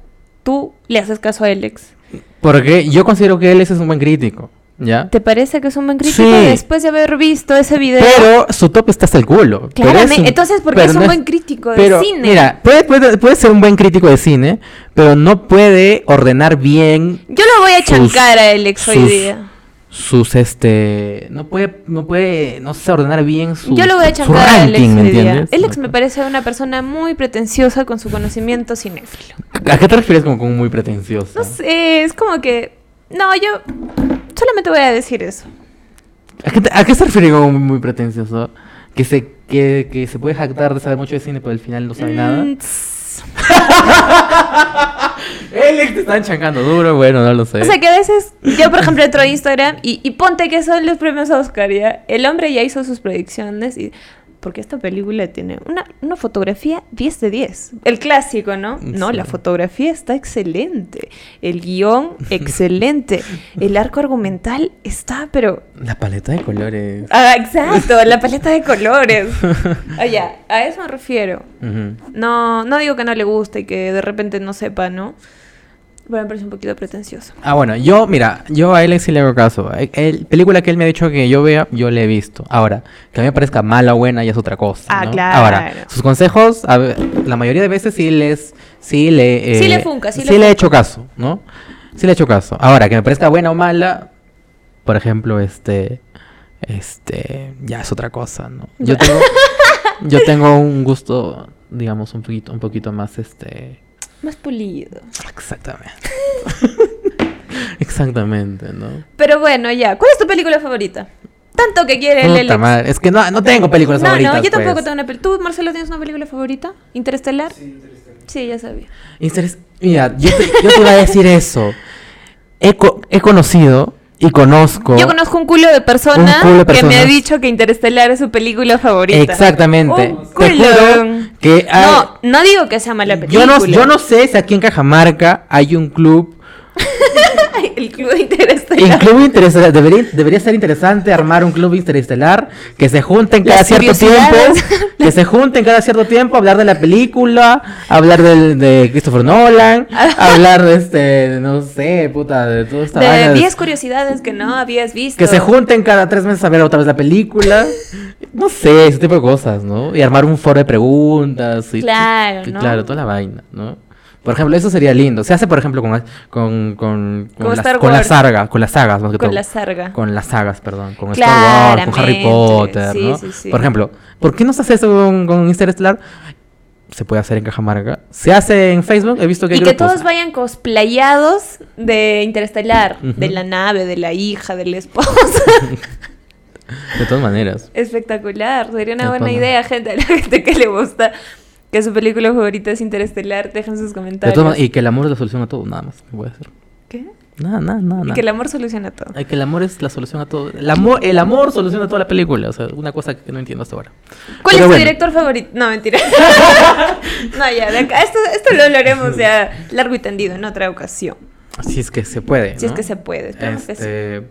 C: tú le haces caso a Alex.
B: porque yo considero que él ese es un buen crítico, ¿ya?
C: ¿Te parece que es un buen crítico
B: Sí.
C: después de haber visto ese video?
B: Pero su top está hasta el culo. Pero es
C: Claramente,
B: un-
C: entonces, ¿por qué
B: pero
C: es un
B: no
C: buen crítico de
B: pero,
C: cine?
B: Mira, puede, puede- puede ser un buen crítico de cine, pero no puede ordenar bien
C: Yo lo voy a
B: Sus-
C: chancar a Alex hoy
B: sus-
C: día.
B: sus este no puede no puede no sé ordenar bien su
C: Yo lo voy a
B: su
C: chancar a Alex
B: ranking, ¿me
C: hoy día.
B: entiendes?
C: Alex me parece una persona muy pretenciosa con su conocimiento cinéfilo.
B: ¿A qué te refieres como, como muy pretencioso?
C: No sé, es como que... No, yo solamente voy a decir eso.
B: ¿A qué, te- a qué se refiere como muy, muy pretencioso? Que se que, que se puede jactar de saber mucho de cine, pero al final no sabe nada.
C: Mm, tss.
B: Alex te están chancando duro, bueno, no lo sé.
C: O sea que a veces, yo por ejemplo entro a Instagram y, y ponte que son los premios Oscar, ¿ya? El hombre ya hizo sus predicciones y... Porque esta película tiene una, una fotografía 10 de 10. El clásico, ¿no? No,
B: Sí.
C: la fotografía está excelente. El guión, excelente. El arco argumental está, pero...
B: La paleta de colores.
C: Ah, exacto, la paleta de
B: (laughs)
C: colores. Oye, a eso me refiero.
B: Ujú.
C: No, no digo que no le guste y que de repente no sepa, ¿no? Pero me parece un poquito pretencioso.
B: Ah, bueno, yo, mira, yo a Alex sí le hago caso. El- El película que él me ha dicho que yo vea, yo le he visto. Ahora, que a mí me parezca mala o buena ya es otra cosa.
C: Ah,
B: ¿no?
C: claro.
B: Ahora, sus consejos, a ve- la mayoría de veces sí les. Sí le.
C: Sí le funca, sí le
B: he
C: funca.
B: hecho caso, ¿no? Sí le he hecho caso. Ahora, que me parezca buena o mala, por ejemplo, este. Este. Ya es otra cosa, ¿no? Yo
C: (laughs)
B: tengo. yo tengo un gusto, digamos, un poquito, un poquito más, este.
C: Más pulido.
B: Exactamente. (laughs) Exactamente, ¿no?
C: Pero bueno, ya. ¿Cuál es tu película favorita? Tanto que quiere el
B: Puta
C: Alex.
B: madre, Es que no, no tengo películas
C: no,
B: favoritas.
C: no, yo tampoco
B: pues.
C: tengo una película. ¿Tú, Marcelo, tienes una película favorita? ¿Interestelar?
A: Sí,
C: Sí,
A: interesante.
C: ya sabía.
B: Interés- Mira, yo te, yo te iba a decir eso. He, co- he conocido y conozco.
C: Yo conozco un culo de persona
B: Un culo de
C: que me ha
B: personas.
C: dicho que Interestelar es su película favorita.
B: Exactamente.
C: Un
B: Te
C: Oh, culo.
B: juro que hay-
C: No, no digo que sea mala película.
B: yo, no, yo no sé si aquí en Cajamarca hay un club.
C: el club de
B: Un
C: Interestelar.
B: club interestelar. Debería, debería ser interesante armar un club interestelar que se junten cada
C: Las
B: cierto tiempo.
C: curiosidades.
B: (laughs) Que se junten cada cierto tiempo a hablar de la película, a hablar del, de Christopher
C: (laughs)
B: Nolan, a hablar de este, no sé, puta, de toda esta vaina
C: De
B: de-
C: 10 curiosidades que no habías visto.
B: Que se junten cada tres meses a ver otra vez la película. No sé, ese tipo de cosas, ¿no? Y armar un foro de preguntas. Y,
C: Claro,
B: y
C: ¿no?
B: Claro, toda la vaina, ¿no? Por ejemplo, eso sería lindo. Se hace, por ejemplo, con, con, con,
C: Con
B: las,
C: Star
B: con la
C: Wars.
B: saga, con las sagas, más que
C: Con
B: todo.
C: la sarga.
B: Con las sagas, perdón. Con Star Wars, con Harry
C: Claramente,
B: Potter,
C: sí,
B: ¿no?
C: sí, sí.
B: Por ejemplo, ¿por qué no se hace eso con, con Interestelar? Se puede hacer en Cajamarca. Se hace en Facebook, he visto que hay
C: Y que
B: grupos.
C: todos vayan cosplayados de Interestelar,
B: Ujú.
C: de la nave, de la hija, del esposo.
B: (laughs) De todas maneras.
C: Espectacular, sería una
B: De
C: buena
B: pana.
C: idea, gente. A la gente que le gusta que su película favorita es Interestelar, dejen sus
B: De todas
C: comentarios.
B: man- y que el amor es la solución a todo, nada más. Voy a hacer.
C: ¿Qué?
B: Nada, nada, nada.
C: Y que el amor soluciona todo.
B: Ay, que el amor es la solución a todo. El amor, el amor soluciona toda la película. O sea, una cosa que no entiendo hasta ahora.
C: ¿Cuál
B: Pero
C: es tu
B: bueno.
C: director favorito?
B: (laughs)
C: No, mentira. no, ya, de acá- esto, esto lo
B: (laughs)
C: hablaremos ya largo y tendido en otra ocasión.
B: Si es que se puede.
C: Si es
B: ¿no?
C: que se puede, esperemos que sí.
B: Este...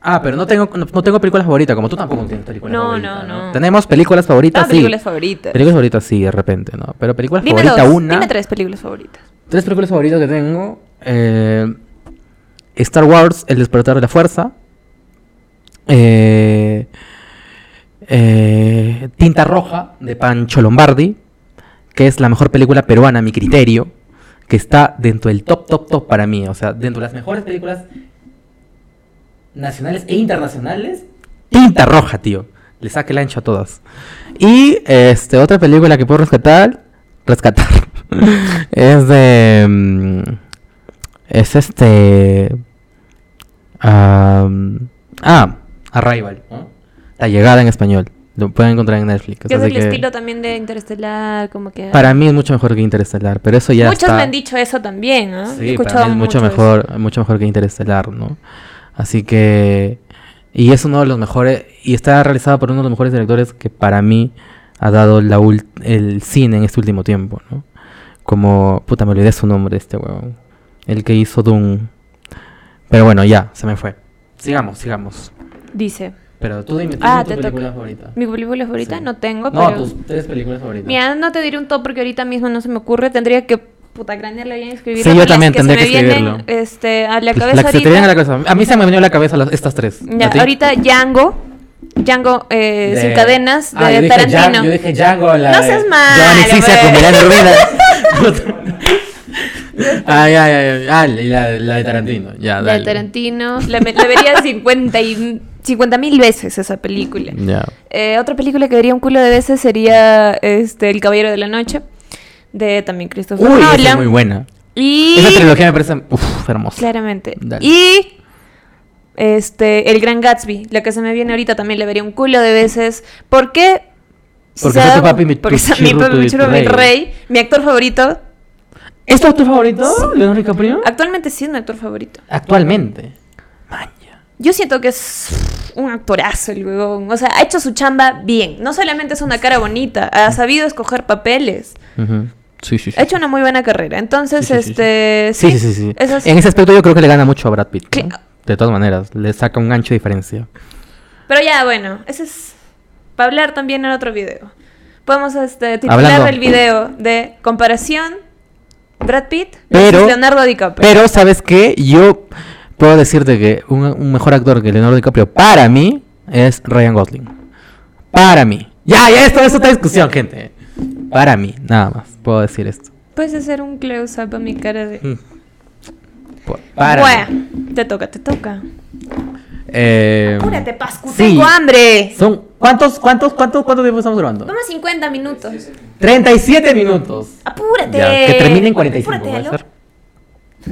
B: Ah, pero no tengo, no, no tengo películas favoritas, como tú tampoco tienes películas
C: No,
B: favoritas.
C: no, no.
B: Tenemos películas favoritas,
C: Ah,
B: sí.
C: películas favoritas.
B: Películas favoritas, sí, de repente, ¿no? Pero películas
C: dime
B: favoritas,
C: dos,
B: una.
C: dime tres películas favoritas.
B: Tres películas favoritas que tengo. eh, Star Wars, El despertar de la fuerza. eh, eh, Tinta Roja, de Pancho Lombardi. Que es la mejor película peruana, a mi criterio. Que está dentro del top, top, top para mí. O sea, dentro de las mejores películas nacionales e internacionales. Tinta Roja, tío. Le saca el ancho a todas. Y este, otra película que puedo rescatar. Rescatar. (laughs) es de. mm, Es este. am, ah, Arrival. ¿no? La llegada en español. Lo pueden encontrar en Netflix.
C: Que es
B: así
C: el
B: que
C: estilo también de Interestelar, como que...
B: para mí es mucho mejor que Interestelar. Pero eso ya
C: Muchos
B: está-
C: me han dicho eso también, ¿no?
B: Sí, para mí es mucho,
C: eso.
B: mejor, mucho mejor que Interestelar, ¿no? Así que... Y es uno de los mejores... Y está realizado por uno de los mejores directores que para mí ha dado la ul- el cine en este último tiempo, ¿no? Como... Puta, me olvidé su nombre este huevón. El que hizo Doom. Pero bueno, ya, se me fue. Sigamos, sigamos.
C: Dice,
B: Pero tú dime, ¿tú
C: Ah,
B: tu
C: te toca.
B: película favorita?
C: mi película favorita
B: Sí.
C: no tengo,
B: No, pues,
C: pero...
B: tus tres películas favoritas.
C: Mira, no te diré un top porque ahorita mismo no se me ocurre. Tendría que puta granearlo bien y escribirlo.
B: Sí, yo
C: pero las
B: también
C: se
B: tendría
C: me
B: que
C: vienen,
B: escribirlo.
C: este, a la
B: Pues,
C: cabeza
B: la que se te
C: ahorita.
B: viene a la cabeza. A mí se me ha venido a la cabeza las- estas tres.
C: Ya,
B: ¿A ti?
C: ahorita Django. Django eh,
B: De-
C: sin cadenas de
B: Ah, yo dije
C: Tarantino.
B: Django- yo dije Django, la
C: No
B: de-
C: seas malo,
B: Giovanni Sisa
C: güey.
B: con Milán
C: (laughs)
B: Urbina. ay, ay, ay. Ah, y la, la de Tarantino. Ya,
C: la
B: Ah, dale.
C: de Tarantino. La, me- la vería 50 y 50 mil veces esa película.
B: Mm, Ya.
C: Eh, otra película que vería un culo de veces sería este El Caballero de la Noche. De también Christopher
B: Uy, esa
C: Nolan.
B: es muy buena.
C: Y.
B: Esa trilogía me parece uf, hermosa.
C: Claramente.
B: Dale.
C: Y este, el Gran Gatsby, la que se me viene ahorita también la vería un culo de veces. ¿Por qué?
B: Porque soy
C: Se ha
B: tu
C: dado-
B: papi, (laughs) mi-
C: porque
B: tu
C: soy mi
B: churro,
C: papi,
B: tu-
C: mi
B: tu
C: churro, mi
B: rey.
C: rey, mi actor favorito.
B: ¿Esto es tu favorito, Leonardo DiCaprio?
C: Actualmente sí es mi actor favorito.
B: Actualmente. Maña.
C: Yo siento que es un actorazo el huevón. O sea, ha hecho su chamba bien. No solamente es una cara bonita, ha sabido escoger papeles.
B: Ujú. Sí, sí, sí.
C: Ha hecho una muy buena carrera. Entonces,
B: Sí, sí, sí,
C: este.
B: Sí, sí, sí. sí.
C: eso es-
B: En ese aspecto yo creo que le gana mucho a Brad Pitt. ¿no?
C: Cla-
B: De todas maneras, le saca un ancho de diferencia.
C: Pero ya, bueno, ese es para hablar también en otro video. Podemos este, titular
B: Hablando.
C: el video de comparación Brad Pitt versus
B: Pero-
C: Leonardo DiCaprio.
B: Pero, ¿sabes qué? Yo puedo decirte que un, un mejor actor que Leonardo DiCaprio para mí es Ryan Gosling. Para mí. Ya, ya, esto es otra discusión, gente. Para mí, nada más. Puedo decir esto.
C: Puedes hacer un close-up a mi cara de...
B: Mm. Pu- Para. mí.
C: Bueno, te toca, te toca.
B: Eh,
C: Apúrate, Pascu,
B: sí.
C: tengo hambre.
B: Son, ¿cuántos, cuántos, cuántos, cuánto tiempo estamos grabando?
C: Vamos a 50 minutos.
B: 37 minutos.
C: Apúrate.
B: Ya, que termine en 45,
C: Apúrate,
B: puede
C: aló.
B: ser.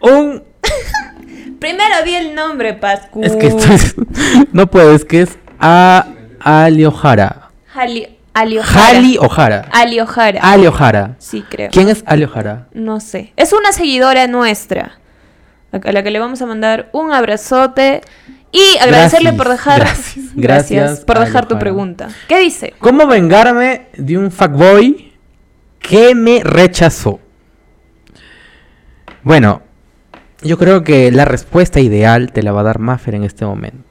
B: Un
C: (laughs) Primero vi el nombre, Pascu.
B: Es que esto es- (laughs) no puedo, es que es a Ali Ojara.
C: Jali... Ali Ojara.
B: Jali Ojara.
C: Ali Ojara.
B: Ali Ojara.
C: Sí, creo.
B: ¿Quién es Ali Ojara?
C: No sé. Es una seguidora nuestra. A la que le vamos a mandar un abrazote. Y agradecerle
B: Gracias,
C: por dejar. (laughs)
B: gracias, gracias,
C: por dejar tu
B: Alejandra.
C: pregunta. ¿Qué dice?
B: ¿Cómo vengarme de un fuckboy que me rechazó? Bueno, yo creo que la respuesta ideal te la va a dar Maffer en este momento.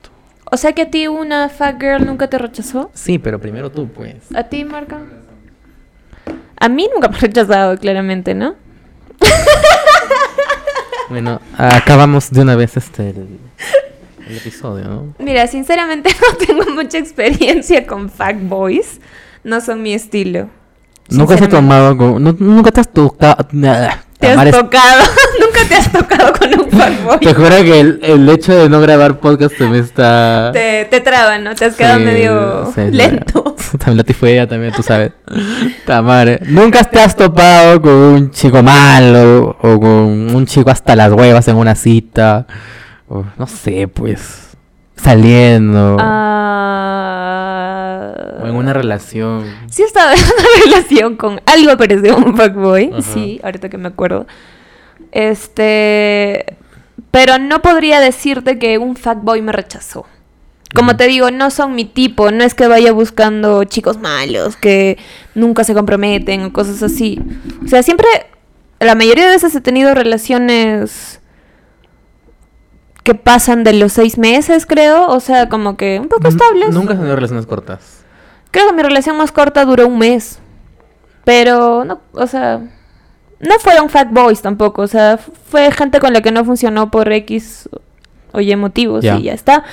C: O sea que a ti una fat girl nunca te rechazó.
B: Sí, pero primero tú, pues.
C: ¿A ti, Marca? A mí nunca me ha rechazado, claramente, ¿no? (laughs)
B: Bueno, acabamos de una vez este el, el episodio, ¿no?
C: Mira, sinceramente no tengo mucha experiencia con fat boys. No son mi estilo.
B: Nunca te has
C: Sinceramente.
B: tomado con- no- nunca te has tocado.
C: Te has tocado. (laughs) nunca te has tocado con
B: (laughs)
C: un fat boy.
B: Te juro que el, el hecho de no grabar podcast se me está.
C: te, te traban, ¿no? Te has quedado
B: Sí,
C: medio
B: sí, sí.
C: lento.
B: (laughs) También la tifodea, también tú sabes. Ta madre. Nunca te has topado con un chico malo o con un chico hasta las huevas en una cita. O, no sé, pues. Saliendo.
C: (laughs) Ah.
B: O en una relación.
C: (laughs) Sí estaba en una relación con algo parecido a un fuckboy,
B: Ajá.
C: sí, ahorita que me acuerdo. Este. Pero no podría decirte que un fuckboy me rechazó. Como te digo, no son mi tipo, no es que vaya buscando chicos malos, que nunca se comprometen o cosas así. O sea, siempre, la mayoría de veces he tenido relaciones que pasan de los seis meses, creo, o sea, como que un poco estables.
B: Nunca has tenido relaciones cortas.
C: Creo que mi relación más corta duró un mes, pero, no, o sea, no fueron fat boys tampoco, o sea, fue gente con la que no funcionó por X o Y motivos
B: Ya.
C: y ya está.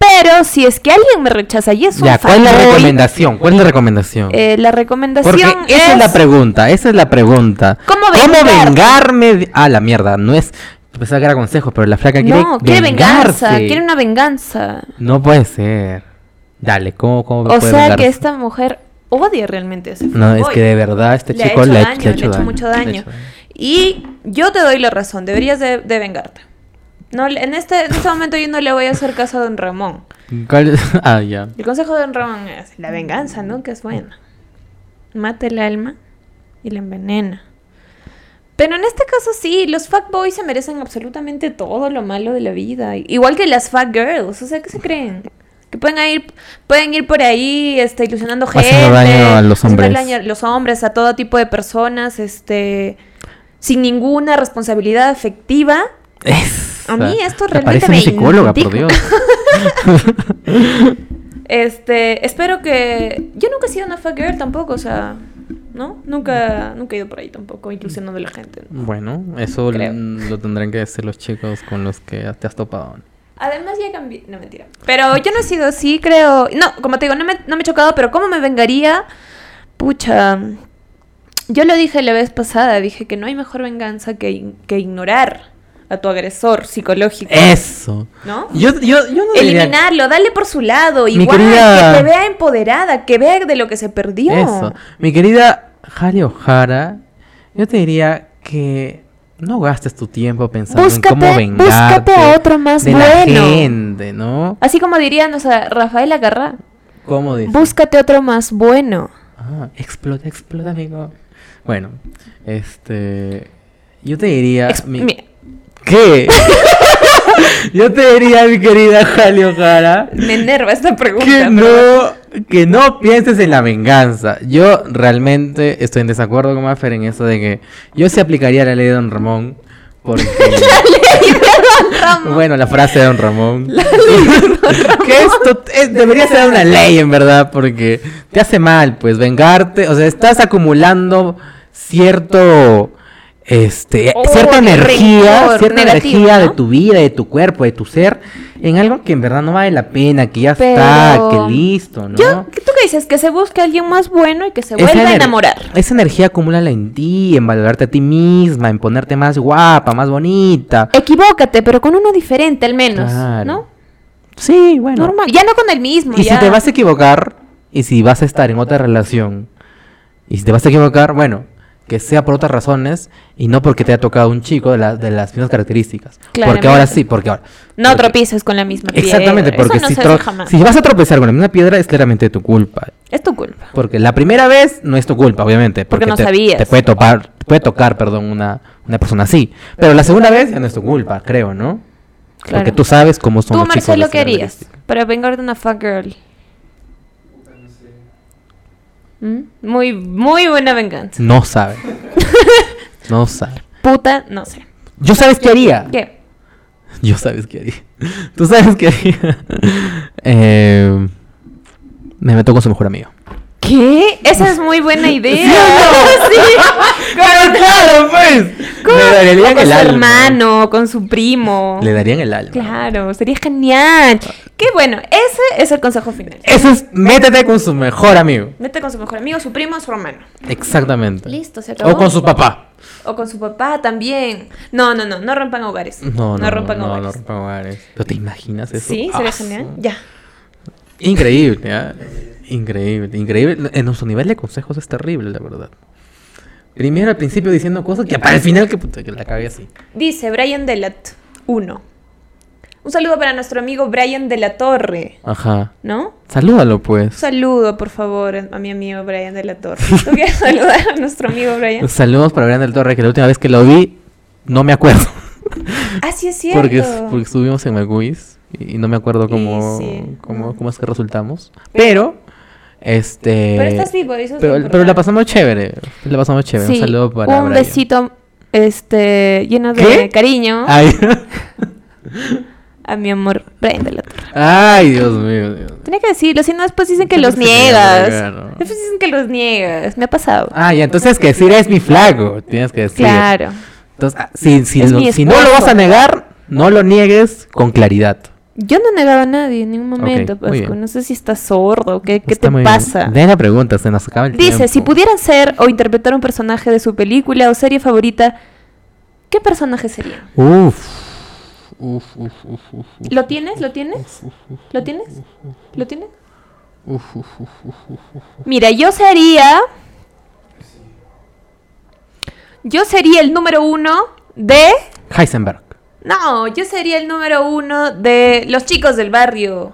C: Pero si es que alguien me rechaza y es un
B: Ya, ¿cuál es la
C: fuckboy,
B: recomendación? ¿Cuál es la recomendación?
C: eh, la
B: Porque
C: recomendación es...
B: esa es la pregunta, esa es la pregunta.
C: ¿Cómo vengarte?
B: vengarme? de- Ah, la mierda, no es... Pensaba que era consejo, pero la flaca quiere
C: no, quiere venganza,
B: vengarse.
C: quiere una venganza.
B: No puede ser. Dale, ¿cómo, cómo
C: O
B: puede
C: sea que
B: vengarse?
C: esta mujer odia realmente a ese
B: No, es
C: fuckboy.
B: que de verdad este
C: Le ha
B: chico
C: hecho
B: le ha-
C: daño,
B: le ha hecho daño,
C: mucho
B: le ha
C: daño.
B: hecho daño.
C: Y yo te doy la razón, deberías de, de vengarte. No, le- en, este, en este momento yo no le voy a hacer caso a Don Ramón.
B: ¿Cuál- (laughs) Ah, ya.
C: El consejo de Don Ramón es la venganza, ¿no? Que es buena. Mata el alma y la envenena. Pero en este caso sí, los fuckboys se merecen absolutamente todo lo malo de la vida. Igual que las fuck girls, o sea, ¿qué se creen? Que pueden ir, pueden ir por ahí este, ilusionando gente.
B: Haciendo daño a los
C: haciendo
B: hombres.
C: daño a los hombres, a todo tipo de personas, este, sin ninguna responsabilidad afectiva.
B: Esa.
C: A mí esto
B: Ya
C: realmente
B: parece
C: me
B: una psicóloga, por
C: indigna.
B: Dios.
C: (laughs) Este, espero que. Yo nunca he sido una fuck girl tampoco, o sea. ¿No? Nunca, nunca he ido por ahí tampoco, ilusionando a la gente. ¿no?
B: Bueno, eso
C: Creo.
B: lo tendrán que decir los chicos con los que te has topado.
C: Además, ya cambié. No, mentira. Pero yo no he sido así, creo. No, como te digo, no me, no me he chocado, pero ¿cómo me vengaría? Pucha. Yo lo dije la vez pasada, dije que no hay mejor venganza que, in- que ignorar a tu agresor psicológico.
B: Eso.
C: ¿No?
B: Yo, yo, yo no diría-
C: Eliminarlo, dale por su lado,
B: Mi
C: igual,
B: querida-
C: que te vea empoderada, que vea de lo que se perdió.
B: Eso. Mi querida Jale O'Hara, yo te diría que no gastes tu tiempo pensando
C: Búscate-
B: en cómo
C: búscate
B: vengarte
C: a otro más
B: de la
C: bueno.
B: gente, ¿no?
C: Así como diría nuestra Rafaela Garra,
B: ¿Cómo dices?
C: búscate otro más bueno.
B: Ah, explota, explota, amigo. Bueno, este... Yo te diría...
C: Ex-
B: mi-
C: mira,
B: ¿Qué? (laughs) yo te diría, mi querida Jale O'Hara...
C: me enerva esta pregunta.
B: que
C: pero-
B: no, que no pienses en la venganza. Yo realmente estoy en desacuerdo con Maffer en eso de que yo sí aplicaría la ley de Don Ramón.
C: (laughs)
B: Porque, bueno, la frase de Don Ramón. (laughs) que esto es- debería ser una ley, en verdad, porque te hace mal, pues, vengarte. O sea, estás acumulando cierto, este,
C: Odio,
B: cierta energía,
C: Oh, rencor,
B: cierta
C: negativo,
B: energía de
C: ¿no?
B: tu vida, de tu cuerpo, de tu ser, en algo que en verdad no vale la pena, que ya está,
C: Pero-
B: que listo, ¿no?
C: Yo- ¿Tú qué dices? Que se busque a alguien más bueno y que se vuelva a
B: ener-
C: enamorar.
B: Esa energía acumúlala en ti, en valorarte a ti misma, en ponerte más guapa, más bonita.
C: Equivócate, pero con uno diferente al menos,
B: Claro.
C: ¿no?
B: Sí, bueno.
C: Normal, ya no con el mismo.
B: Y
C: ya.
B: si te vas a equivocar, y si vas a estar en otra relación, y si te vas a equivocar, bueno, que sea por otras razones y no porque te haya tocado un chico de, la- de las mismas características. Porque
C: Claramente.
B: ahora sí, porque ahora.
C: No
B: porque-
C: tropiezas con la misma piedra.
B: Exactamente, porque
C: Eso no
B: si,
C: se
B: tro-
C: hace jamás.
B: si vas a tropezar con la misma piedra es claramente tu culpa.
C: Es tu culpa.
B: Porque la primera vez no es tu culpa, obviamente.
C: Porque
B: Porque,
C: no
B: te,
C: sabías.
B: Te puede, topar, te puede tocar, perdón, una, una persona así. Pero la segunda vez ya no es tu culpa, creo, ¿no? Porque
C: Claro.
B: tú sabes cómo son
C: Tú,
B: los chicos.
C: Marcelo,
B: las
C: ¿qué harías
B: características.
C: para vengarte de una fuck girl?
A: Puta, no sé.
C: ¿Mm? Muy, muy buena venganza.
B: No sabe.
C: (laughs)
B: no sabe.
C: Puta, no sé.
B: Yo sabes qué haría.
C: ¿Qué?
B: Yo sabes qué haría. (laughs) Tú sabes qué haría. (laughs) Eh, me meto con su mejor amigo.
C: ¿Qué? Esa es muy buena idea. (laughs) Sí.
B: (laughs) ¡Pero claro, pues!
C: Con,
B: Le darían
C: con
B: el
C: su
B: alma.
C: hermano, con su primo.
B: Le darían el alma.
C: Claro, sería genial. Qué bueno, ese es el consejo final.
B: Eso es, métete con su mejor amigo.
C: Mete con su mejor amigo, su primo, su hermano.
B: Exactamente.
C: Listo, se acabó.
B: O con su papá.
C: O con su papá también. No, no, no, no rompan hogares.
B: No, no, no,
C: rompan
B: no,
C: hogares.
B: no rompan hogares. ¿Pero te imaginas eso?
C: Sí, sería
B: Ah,
C: genial.
B: su-
C: Ya.
B: Increíble, ¿ah? Increíble, increíble. En nuestro nivel de consejos es terrible, la verdad. Primero al principio diciendo cosas que para el final que, puta, que la cagué así.
C: Dice Brian Delat 1. Un saludo para nuestro amigo Brian de la Torre,
B: Ajá.
C: ¿no?
B: Salúdalo,
C: Un
B: pues.
C: saludo, por favor, a mi amigo
B: (laughs)
C: Brian de la Torre. ¿Tú quieres saludar a nuestro amigo Brian?
B: Pues, Saludos para Brian del Torre, que la última vez que lo vi no me acuerdo.
C: Ah, sí es cierto.
B: porque, porque estuvimos en Maguis y no me acuerdo cómo,
C: sí.
B: cómo, cómo es que resultamos. Pero, este.
C: Pero estás vivo, eso es lo
B: pero- pero
C: importante.
B: la pasamos chévere. La pasamos chévere.
C: Sí,
B: un saludo para.
C: un
B: Brian.
C: besito este, lleno de
B: ¿Qué? Ah.
C: cariño
B: Ay, (laughs)
C: a mi amor Brian de la Torre.
B: Ay, Dios mío. Dios mío.
C: Tenía que decirlo, si no después dicen que los
B: Siempre se me
C: niegas.
B: olvida, ¿no?
C: Después dicen que los niegas. Me ha pasado.
B: Ah, ya, entonces que decir es mi flaco. Tienes que decir.
C: claro.
B: Entonces, ah, si, si
C: Es
B: lo-
C: mi
B: si no lo
C: esposo.
B: vas a negar, no lo niegues con claridad.
C: Yo no he negado a nadie en ningún
B: Ok,
C: momento,
B: muy
C: Pascu.
B: bien.
C: No sé si estás sordo, ¿qué, qué
B: Está
C: te
B: muy bien.
C: pasa?
B: De la pregunta, se nos acaba el tiempo.
C: Dice, si pudieran ser o interpretar un personaje de su película o serie favorita, ¿qué personaje sería?
B: Uf. Uf, uf, uf, uf, uf.
C: ¿Lo tienes? ¿Lo tienes?
B: Uf, uf,
C: ¿Lo tienes? ¿Lo tienes?
B: uf, uf, uf, uf, uf, uf.
C: Mira, yo sería... Yo sería el número uno de...
B: Heisenberg.
C: No, yo sería el número uno de los chicos del barrio.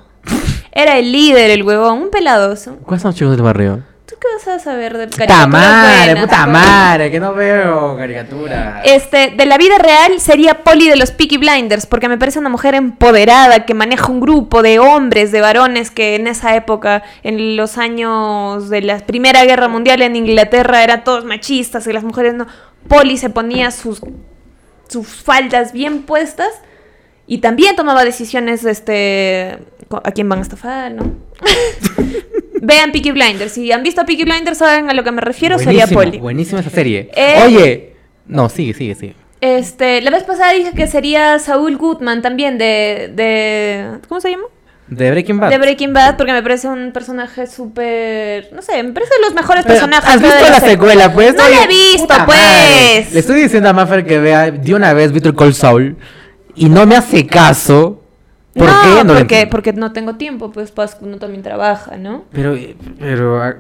C: Era el líder, el huevón, un peladoso.
B: ¿Cuáles son los chicos del barrio?
C: ¿Tú qué vas a saber de
B: Puta
C: caricaturas
B: madre,
C: buenas?
B: puta madre, que no veo caricatura.
C: Este, de la vida real sería Polly de los Peaky Blinders, porque me parece una mujer empoderada que maneja un grupo de hombres, de varones que en esa época, en los años de la Primera Guerra Mundial en Inglaterra, eran todos machistas y las mujeres no. Polly se ponía sus, sus faldas bien puestas y también tomaba decisiones, este, co- a quién van a estafar, ¿no? (laughs) Vean Peaky Blinders, si han visto Peaky Blinders saben a lo que me refiero, sería
B: Buenísima,
C: Polly.
B: Buenísima esa serie.
C: Eh,
B: Oye, no, sigue, sigue, sigue.
C: Este, la vez pasada dije que sería Saúl Goodman también de, de ¿cómo se llama?
B: De Breaking Bad.
C: De Breaking Bad porque me parece un personaje súper, no sé, me parece de los mejores
B: Pero,
C: personajes.
B: ¿Has
C: creo,
B: visto
C: de
B: la
C: serie.
B: secuela, pues?
C: No la he visto,
B: puta
C: pues.
B: madre. Le estoy diciendo a Maffer que vea de una vez Victor Call Saul y no me hace caso. ¿Por
C: no,
B: qué? No lo
C: porque,
B: entiendo.
C: porque no tengo tiempo, pues Pascu no también trabaja, ¿no?
B: Pero, pero... ah,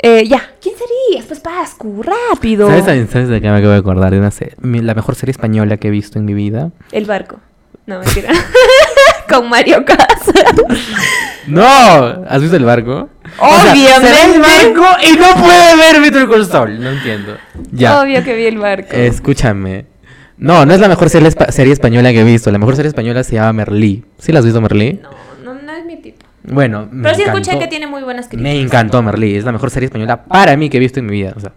C: Eh, ya, ¿quién serías? Pues Pascu, rápido.
B: ¿Sabes, también- ¿Sabes de qué me acabo de acordar? De una se- mi- la mejor serie española que he visto en mi vida.
C: El barco. No, mentira. (laughs) Con Mario Casas.
B: ¡No! ¿Has visto el barco?
C: Obviamente.
B: se ve el barco y no puede ver Victor Call Saul. No entiendo. Ya.
C: Obvio que vi el barco.
B: Escúchame. No, no es la mejor serie, espa- serie española que he visto. La mejor serie española se llama Merlí. ¿Sí la has visto, Merlí?
C: No, no, no es mi tipo.
B: Bueno, me
C: Pero sí escuché
B: encantó.
C: que tiene muy buenas críticas.
B: Me encantó Merlí. Es la mejor serie española para mí que he visto en mi vida. o sea.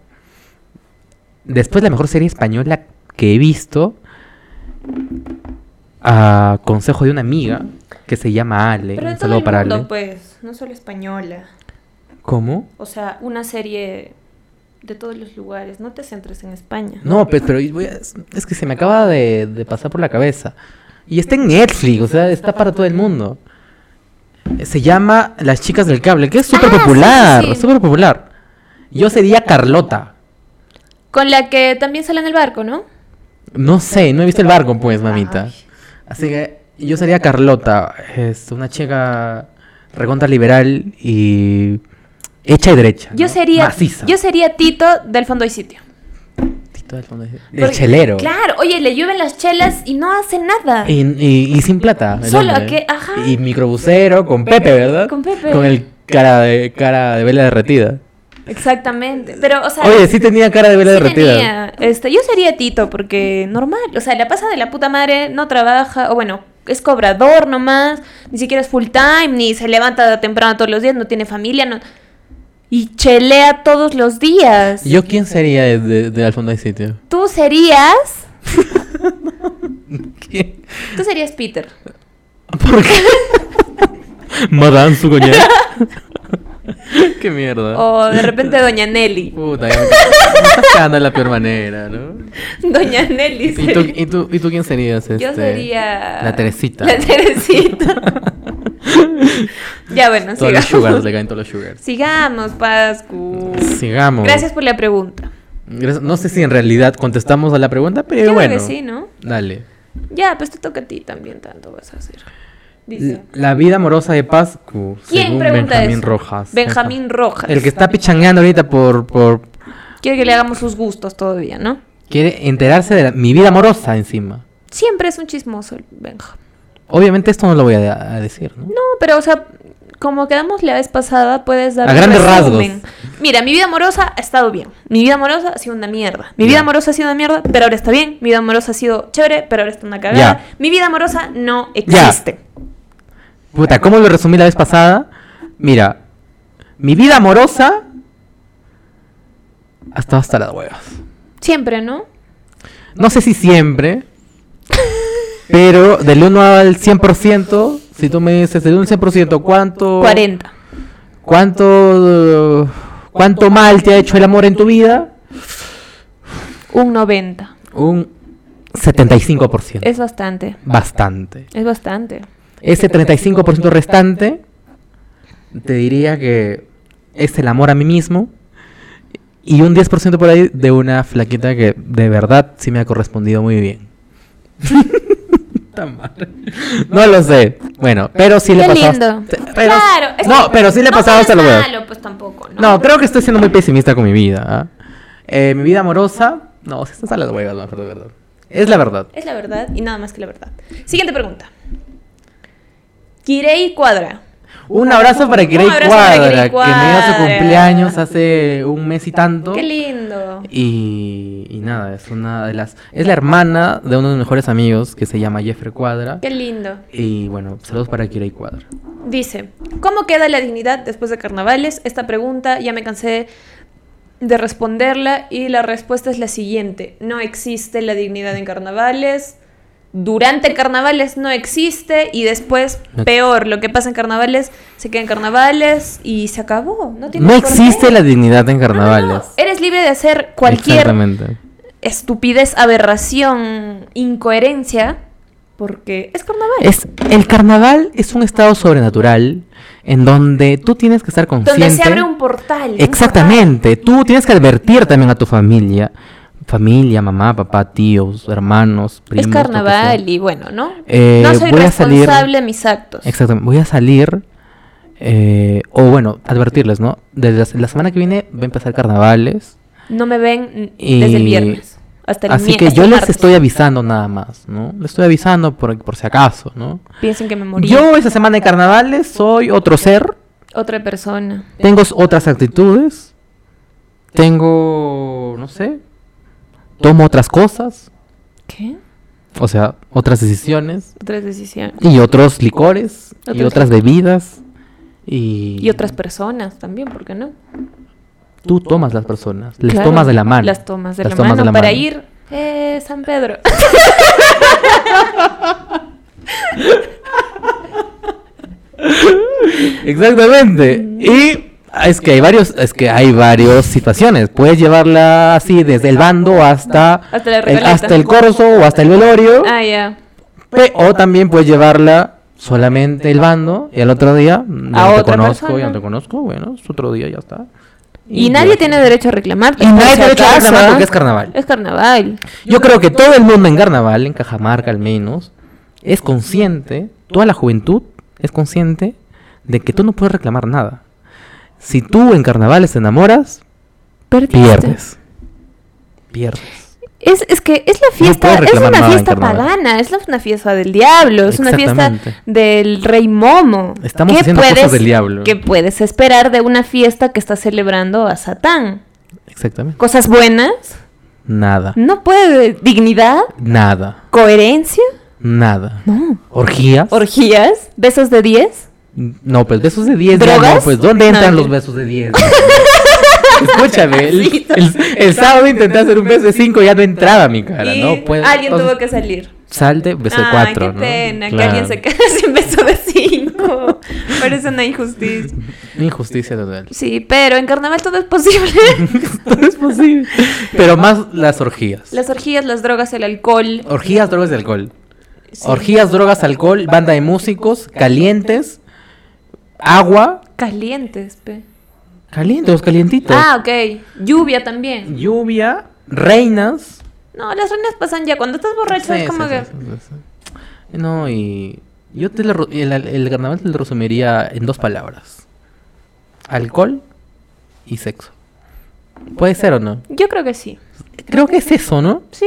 B: Después, la mejor serie española que he visto. A consejo de una amiga que se llama Ale.
C: Pero de
B: un
C: todo
B: saludo
C: el
B: para
C: mundo,
B: Ale.
C: pues, no solo española.
B: ¿Cómo?
C: O sea, una serie de todos los lugares. No te centres en España.
B: No, pues, pero voy a- es que se me acaba de, de pasar por la cabeza. Y está en Netflix, o sea, está para todo el mundo. Se llama Las chicas del cable, que es súper
C: Ah, sí, sí,
B: popular,
C: sí.
B: súper popular. Yo sería Carlota.
C: Con la que también sale en el barco, ¿no?
B: No sé, no he visto el barco, pues, mamita.
C: Ay.
B: Así que yo sería Carlota, es una chica recontra liberal y hecha y derecha.
C: Yo
B: Ah, ¿no?
C: sería,
B: Maciza.
C: yo sería Tito del fondo y sitio.
B: Tito del fondo. El
C: Porque-
B: chelero. Eh.
C: Claro, oye, le llueven las chelas y no hace nada.
B: Y, y- y sin plata. el
C: Solo,
B: hombre.
C: que- ajá.
B: Y microbusero con Pepe, ¿verdad?
C: Con Pepe.
B: Con el cara de cara de vela derretida.
C: Exactamente. Pero, o sea,
B: Oye, sí tenía cara de vela
C: sí
B: derretida.
C: tenía, este, yo sería Tito porque normal, o sea, la pasa de la puta madre, no trabaja, o bueno, es cobrador nomás, ni siquiera es full time, ni se levanta temprano todos los días, no tiene familia, no y chelea todos los días.
B: ¿Yo quién sería de, de, de al fondo del
C: (laughs)
B: sitio?
C: Tú serías,
B: ¿Qué?
C: tú serías Peter.
B: ¿Por qué? Madame su
C: (laughs)
B: coñac. qué mierda.
C: O de repente Doña
B: (laughs)
C: Nelly.
B: Puta, ya me, me estás cagando de la peor manera, ¿no?
C: Doña Nelly.
B: ¿Y tú,
C: sería-
B: y tú, y tú quién serías? Este?
C: Yo sería
B: La Teresita. (laughs)
C: La Teresita. (laughs) ya bueno,
B: Todos los
C: sigamos.
B: sugars, le caen todos los sugars.
C: (laughs) Sigamos, Pascu.
B: Sigamos.
C: Gracias por la pregunta.
B: Gracias- No sé si en realidad contestamos a la pregunta, pero
C: Yo
B: bueno.
C: creo que sí, ¿no?
B: Dale.
C: Ya, pues te toca a ti también tanto vas a hacer. Dice.
B: La vida amorosa de Pascu.
C: ¿Quién
B: según
C: pregunta
B: Benjamín
C: eso?
B: Rojas.
C: Benjamín Rojas.
B: El que está pichangueando ahorita por, por.
C: Quiere que le hagamos sus gustos todavía, ¿no?
B: Quiere enterarse de la- mi vida amorosa encima.
C: Siempre es un chismoso el Benja.
B: Obviamente esto no lo voy a, a decir, ¿no?
C: No, pero o sea, como quedamos la vez pasada, puedes dar
B: A
C: un
B: grandes
C: resumen. Mira, mi vida amorosa ha estado bien. Mi vida amorosa ha sido una mierda. Mi vida
B: Ya.
C: amorosa ha sido una mierda, pero ahora está bien. Mi vida amorosa ha sido chévere, pero ahora está una cagada.
B: Ya.
C: Mi vida amorosa no existe.
B: Puta, ¿cómo lo resumí la vez pasada? Mira, mi vida amorosa ha estado hasta las huevas.
C: Siempre, ¿no?
B: No sé si siempre, pero del 1 al 100%, si tú me dices del 1 al 100%, ¿cuánto?
C: 40.
B: ¿Cuánto, cuánto mal te ha hecho el amor en tu vida?
C: Un 90.
B: Un 75%.
C: Es bastante.
B: bastante.
C: Es bastante.
B: Ese 35% restante, te diría que es el amor a mí mismo. Y un 10% por ahí de una flaquita que de verdad sí me ha correspondido muy bien. Puta madre. No lo sé. Bueno, pero sí le he
C: Qué
B: pasado.
C: lindo.
B: te- pero-
C: claro. es
B: no,
C: que
B: pero sí le he
C: no
B: pasado
C: todo
B: hasta
C: es
B: luego.
C: malo, pues tampoco. No.
B: No, creo que estoy siendo muy pesimista con mi vida. ¿ah? Eh, mi vida amorosa. No, se está a las huevas, la verdad, verdad. Es la verdad.
C: Es la verdad y nada más que la verdad. Siguiente pregunta. Kirei Cuadra.
B: Un abrazo para Kirei
C: abrazo para
B: Cuadra,
C: Kirei
B: que me dio su
C: Cuadra.
B: cumpleaños hace un mes y tanto.
C: Qué lindo.
B: Y, y nada, es una de las. Es la hermana de uno de mis mejores amigos que se llama Jeffrey Cuadra.
C: Qué lindo.
B: Y bueno, saludos para Kirei Cuadra.
C: Dice, ¿cómo queda la dignidad después de carnavales? Esta pregunta ya me cansé de responderla y la respuesta es la siguiente. No existe la dignidad en carnavales. Durante carnavales no existe y después
B: No-
C: peor, lo que pasa en carnavales se queda en carnavales y se acabó. No, tiene
B: No
C: por
B: existe
C: qué.
B: la dignidad en
C: No, no, no.
B: carnavales.
C: Eres libre de hacer cualquier
B: Exactamente.
C: estupidez, aberración, incoherencia, porque es carnaval.
B: Es, el carnaval es un estado sobrenatural en donde tú tienes que estar consciente.
C: donde se abre un portal. un
B: Exactamente. Tú tienes que advertir también a tu familia. Familia, mamá, papá, tíos, hermanos,
C: portal.
B: primos.
C: es
B: lo que
C: carnaval
B: sea.
C: y bueno, ¿no?
B: Eh,
C: no soy
B: voy a salir-
C: responsable de mis actos.
B: Exactamente. Voy a salir. eh, o bueno, advertirles, ¿no? Desde la, la semana que viene va a empezar carnavales.
C: No me ven
B: Y-
C: desde el viernes hasta el
B: así
C: mier-
B: que
C: hasta
B: yo
C: el
B: les
C: martes.
B: estoy avisando nada más, ¿no? Les estoy avisando por, por si acaso, ¿no?
C: Piensen que me morí.
B: Yo esa semana de carnavales soy otro ser.
C: Otra persona.
B: Tengo otras actitudes. Tengo, no sé. Tomo otras cosas.
C: ¿Qué?
B: O sea, otras decisiones.
C: Otras decisiones.
B: Y otros licores. Y
C: Otros
B: otras bebidas. Y,
C: Y otras personas también, ¿por qué no?
B: Tú tomas las personas. Les
C: Claro,
B: tomas de la mano.
C: Las tomas de,
B: las
C: la,
B: tomas
C: mano
B: de la
C: para
B: mano.
C: ir eh, San
B: (laughs)
C: Pedro.
B: Exactamente.
C: Mm.
B: Y es que hay varios, es que hay varias situaciones. Puedes llevarla así desde el bando hasta,
C: Hasta la
B: el,
C: Recoleta.
B: hasta el corso o hasta el velorio.
C: ah, pues, ya.
B: Pe- o también puedes llevarla solamente el bando y al otro día mm,
C: A
B: ya no te
C: otra
B: conozco,
C: persona.
B: ya no te conozco, bueno, es otro día ya está.
C: Y, nadie
B: ya.
C: tiene derecho a reclamar.
B: Y nadie tiene derecho a reclamar porque es carnaval.
C: ¿ah? Es carnaval.
B: Yo creo que todo el mundo en carnaval, en Cajamarca al menos, es consciente, toda la juventud es consciente de que tú no puedes reclamar nada. Si tú en carnavales te enamoras,
C: Perdiste.
B: pierdes. Pierdes.
C: Es, es que es la fiesta,
B: puedes
C: es
B: reclamar
C: una
B: nada en
C: fiesta
B: carnaval.
C: pagana, es la- una fiesta del diablo, es una fiesta
B: Exactamente.
C: del rey momo.
B: Estamos
C: ¿Qué
B: haciendo cosas del diablo.
C: ¿Qué puedes esperar de una fiesta que está celebrando a Satán?
B: Exactamente.
C: ¿Cosas buenas?
B: Nada.
C: ¿No puede? ¿Dignidad?
B: Nada.
C: ¿Coherencia?
B: Nada.
C: No.
B: Orgías.
C: ¿Orgías? ¿Besos de 10?
B: No, pues besos de 10. ya
C: ¿Drogas?
B: No, pues ¿dónde
C: No,
B: entran
C: no.
B: los besos de
C: (laughs)
B: 10? Escúchame, el, el- el sábado intenté hacer un beso de 5 ya no entraba mi cara,
C: Y
B: ¿no? Pues,
C: alguien
B: entonces,
C: tuvo que salir.
B: Salte, beso de
C: Ay,
B: 4.
C: qué pena, que alguien se quede (laughs) sin beso de 5. Parece una injusticia.
B: Injusticia
C: (laughs)
B: total.
C: Sí, pero en carnaval todo es posible.
B: (laughs) Todo es posible. Pero más las orgías.
C: Las orgías, las drogas, el alcohol.
B: Orgías, drogas y alcohol.
C: Sí.
B: Orgías, drogas, alcohol, banda de músicos, calientes, agua.
C: Calientes, pe.
B: Calientes, los calientitos.
C: Ah, ok. Lluvia también.
B: Lluvia, reinas.
C: No, las reinas pasan ya. Cuando estás borracho
B: Sí,
C: es como
B: sí,
C: que.
B: sí, sí, sí, sí. No, y yo te lo ru- el, el carnaval te lo resumiría en dos palabras. Alcohol y sexo. ¿Puede ser o no?
C: Yo creo que sí.
B: Creo que es eso,
C: (laughs)
B: ¿no?
C: Sí.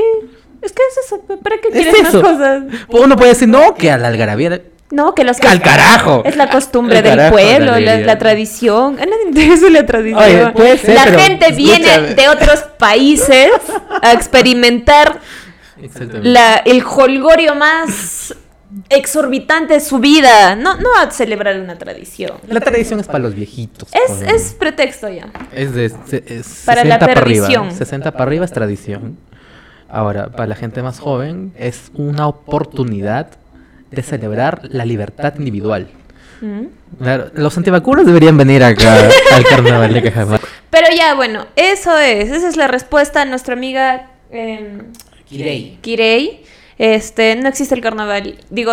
C: Es que es eso. pe. ¿Para qué
B: Es
C: quieres más
B: eso.
C: cosas?
B: Uno puede decir, no, que a la algarabía...
C: No, que los
B: ¡Al carajo!
C: Es la costumbre
B: Al
C: del
B: carajo,
C: pueblo,
B: dale,
C: la,
B: ya.
C: la tradición. A nadie le interesa la tradición.
B: Oye, puede ser,
C: la
B: pero
C: gente viene
B: escúchame.
C: de otros países a experimentar
B: Exactamente.
C: la, el
B: (laughs)
C: holgorio más exorbitante de su vida. No, no a celebrar una tradición.
B: La tradición es para los viejitos.
C: Es,
B: joder.
C: es pretexto ya.
B: Es de se- es
C: Para la
B: 60 para arriba.
C: perdición.
B: 60 para arriba es tradición. Ahora, para la gente más joven, es una oportunidad de celebrar la libertad individual.
C: Mm.
B: Claro, los antivacunas deberían venir
C: (laughs)
B: acá al carnaval de Cajamarca.
C: Pero ya, bueno, eso es. Esa es la respuesta a nuestra amiga em, Kirei. Este, no existe el carnaval. Digo,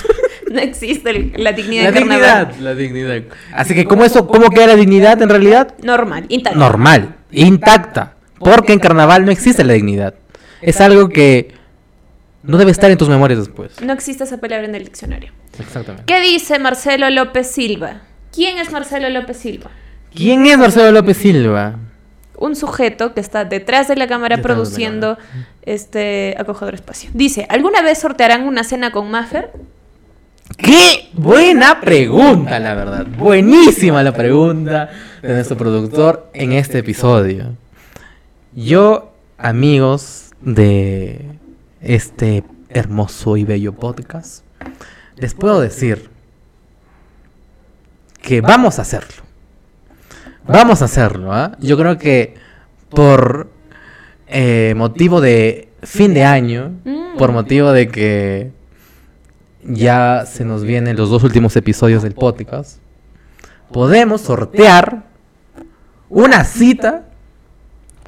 C: (laughs) no, existe el- la dignidad
B: La
C: del carnaval.
B: dignidad, la dignidad. Así que, ¿cómo, eso, ¿cómo queda la dignidad en realidad?
C: Normal, intacto.
B: Normal, intacta. Porque en carnaval no existe la dignidad. Es algo que no debe estar en tus memorias después.
C: No existe esa palabra en el diccionario.
B: Exactamente.
C: ¿Qué dice Marcelo López Silva? ¿Quién es Marcelo López Silva?
B: ¿Quién es Marcelo López Silva?
C: Un sujeto que está detrás de la cámara
B: Detrás de la
C: produciendo este acogedor espacio. Dice, ¿alguna vez sortearán una cena con Maffer?
B: ¡Qué buena pregunta, la verdad! Buenísima la pregunta de nuestro productor en este episodio. Yo, amigos de este hermoso y bello podcast, les puedo decir que vamos a hacerlo. Vamos a hacerlo, ¿ah? Yo creo que por eh, motivo de fin de año,
C: Mm.
B: por motivo de que ya se nos vienen los dos últimos episodios del podcast, podemos sortear una cita,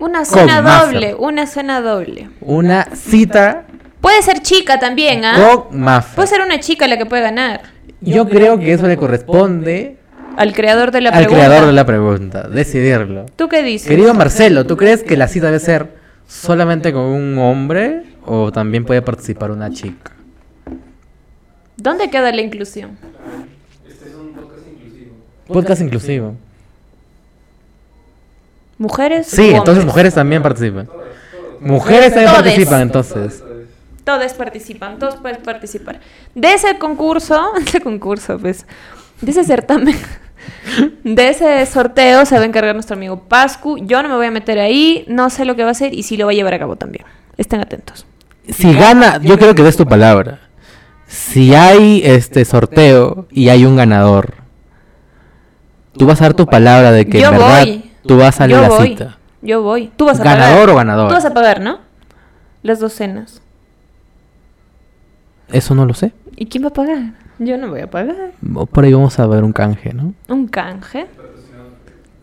C: Una
B: Con
C: cena
B: Maffer.
C: doble, una cena doble.
B: una cita
C: Puede ser chica también, ¿ah?
B: con Maffer.
C: Puede ser una chica la que puede ganar.
B: Yo creo que eso le corresponde
C: Al creador de la
B: al
C: pregunta.
B: creador de la pregunta, decidirlo.
C: ¿Tú qué dices?
B: Querido Marcelo, ¿tú crees que la cita debe ser solamente con un hombre o también puede participar una chica?
C: ¿Dónde queda la inclusión?
A: Este es un podcast inclusivo.
B: Podcast inclusivo.
C: ¿Mujeres?
B: Sí,
C: u
B: entonces
C: hombres?
B: mujeres también participan.
A: Todas, todas.
B: Mujeres también
C: Todes.
B: participan entonces.
A: Todas.
C: Todos participan, todos pueden participar. De ese concurso, (laughs) de ese concurso, pues, de ese certamen, (laughs) de ese sorteo se va a encargar nuestro amigo Pascu. Yo no me voy a meter ahí, no sé lo que va a hacer y si lo va a llevar a cabo también. Estén atentos.
B: Si gana, yo creo que des tu palabra. Si hay este sorteo y hay un ganador, tú vas a dar tu palabra de que
C: Yo
B: en verdad
C: voy.
B: tú vas a
C: yo
B: la
C: voy,
B: cita.
C: yo voy. Tú vas a
B: ¿Ganador
C: pagar.
B: o ganador?
C: Tú vas a pagar, ¿no? Las docenas.
B: Eso no lo sé.
C: ¿Y quién va a pagar? Yo no voy a pagar.
B: Por ahí vamos a ver un canje, ¿no?
C: Un canje.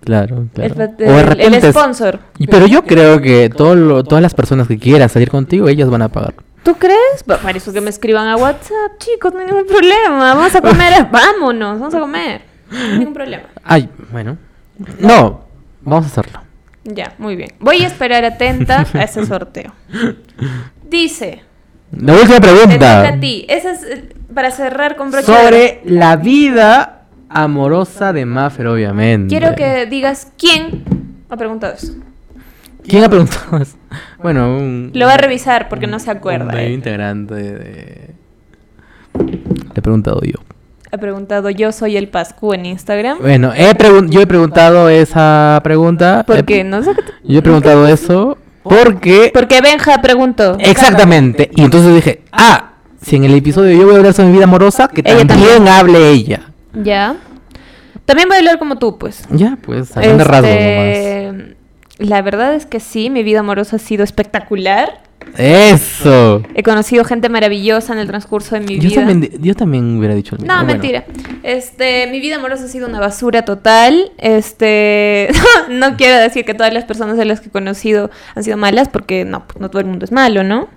B: Claro,
C: El,
B: claro.
C: pat-
B: O de
C: el- el
B: repente es-
C: sponsor.
B: Y- Pero
C: (laughs)
B: yo creo que todo lo- todas las personas que quieran salir contigo, ellas van a pagar.
C: ¿Tú crees? Pa- Para eso que me escriban a WhatsApp, chicos, no hay ningún problema. Vamos
B: (laughs)
C: a comer, vámonos, vamos a comer. Ningún problema.
B: Ay, bueno. No, vamos a hacerlo.
C: Ya, muy bien. Voy a esperar atenta a ese sorteo. Dice,
B: La última
C: te toca
B: pregunta.
C: a ti. Esa es eh, para cerrar con broche. de oro.
B: Sobre la vida amorosa de Maffer, obviamente.
C: Quiero que digas quién ha preguntado eso.
B: ¿Quién ha preguntado eso? Bueno, un...
C: Lo va a revisar porque no se acuerda,
B: Un
C: eh.
B: integrante de... Le he preguntado yo.
C: Ha preguntado, yo soy el Pascu en Instagram.
B: Bueno, eh, he pregun- yo he preguntado esa pregunta. He-
C: Porque no sé qué te-
B: Yo he preguntado eso porque...
C: Porque Benja preguntó.
B: eh, Exactamente. Y entonces dije, ah, si en el episodio yo voy a hablar sobre mi vida amorosa, que
C: Ella
B: también,
C: también.
B: hable ella.
C: Ya. También voy a hablar como tú, pues.
B: Ya, pues, a grandes rasgos nomás.
C: Este, La verdad es que sí, mi vida amorosa ha sido espectacular.
B: Eso.
C: He conocido gente maravillosa en el transcurso de mi
B: Yo
C: vida.
B: también, di- yo también hubiera dicho el mismo.
C: No,
B: Bueno,
C: mentira. Este, mi vida amorosa ha sido una basura total. Este, (laughs) no quiero decir que todas las personas a las que he conocido han sido malas, porque no, pues, no todo el mundo es malo, ¿no?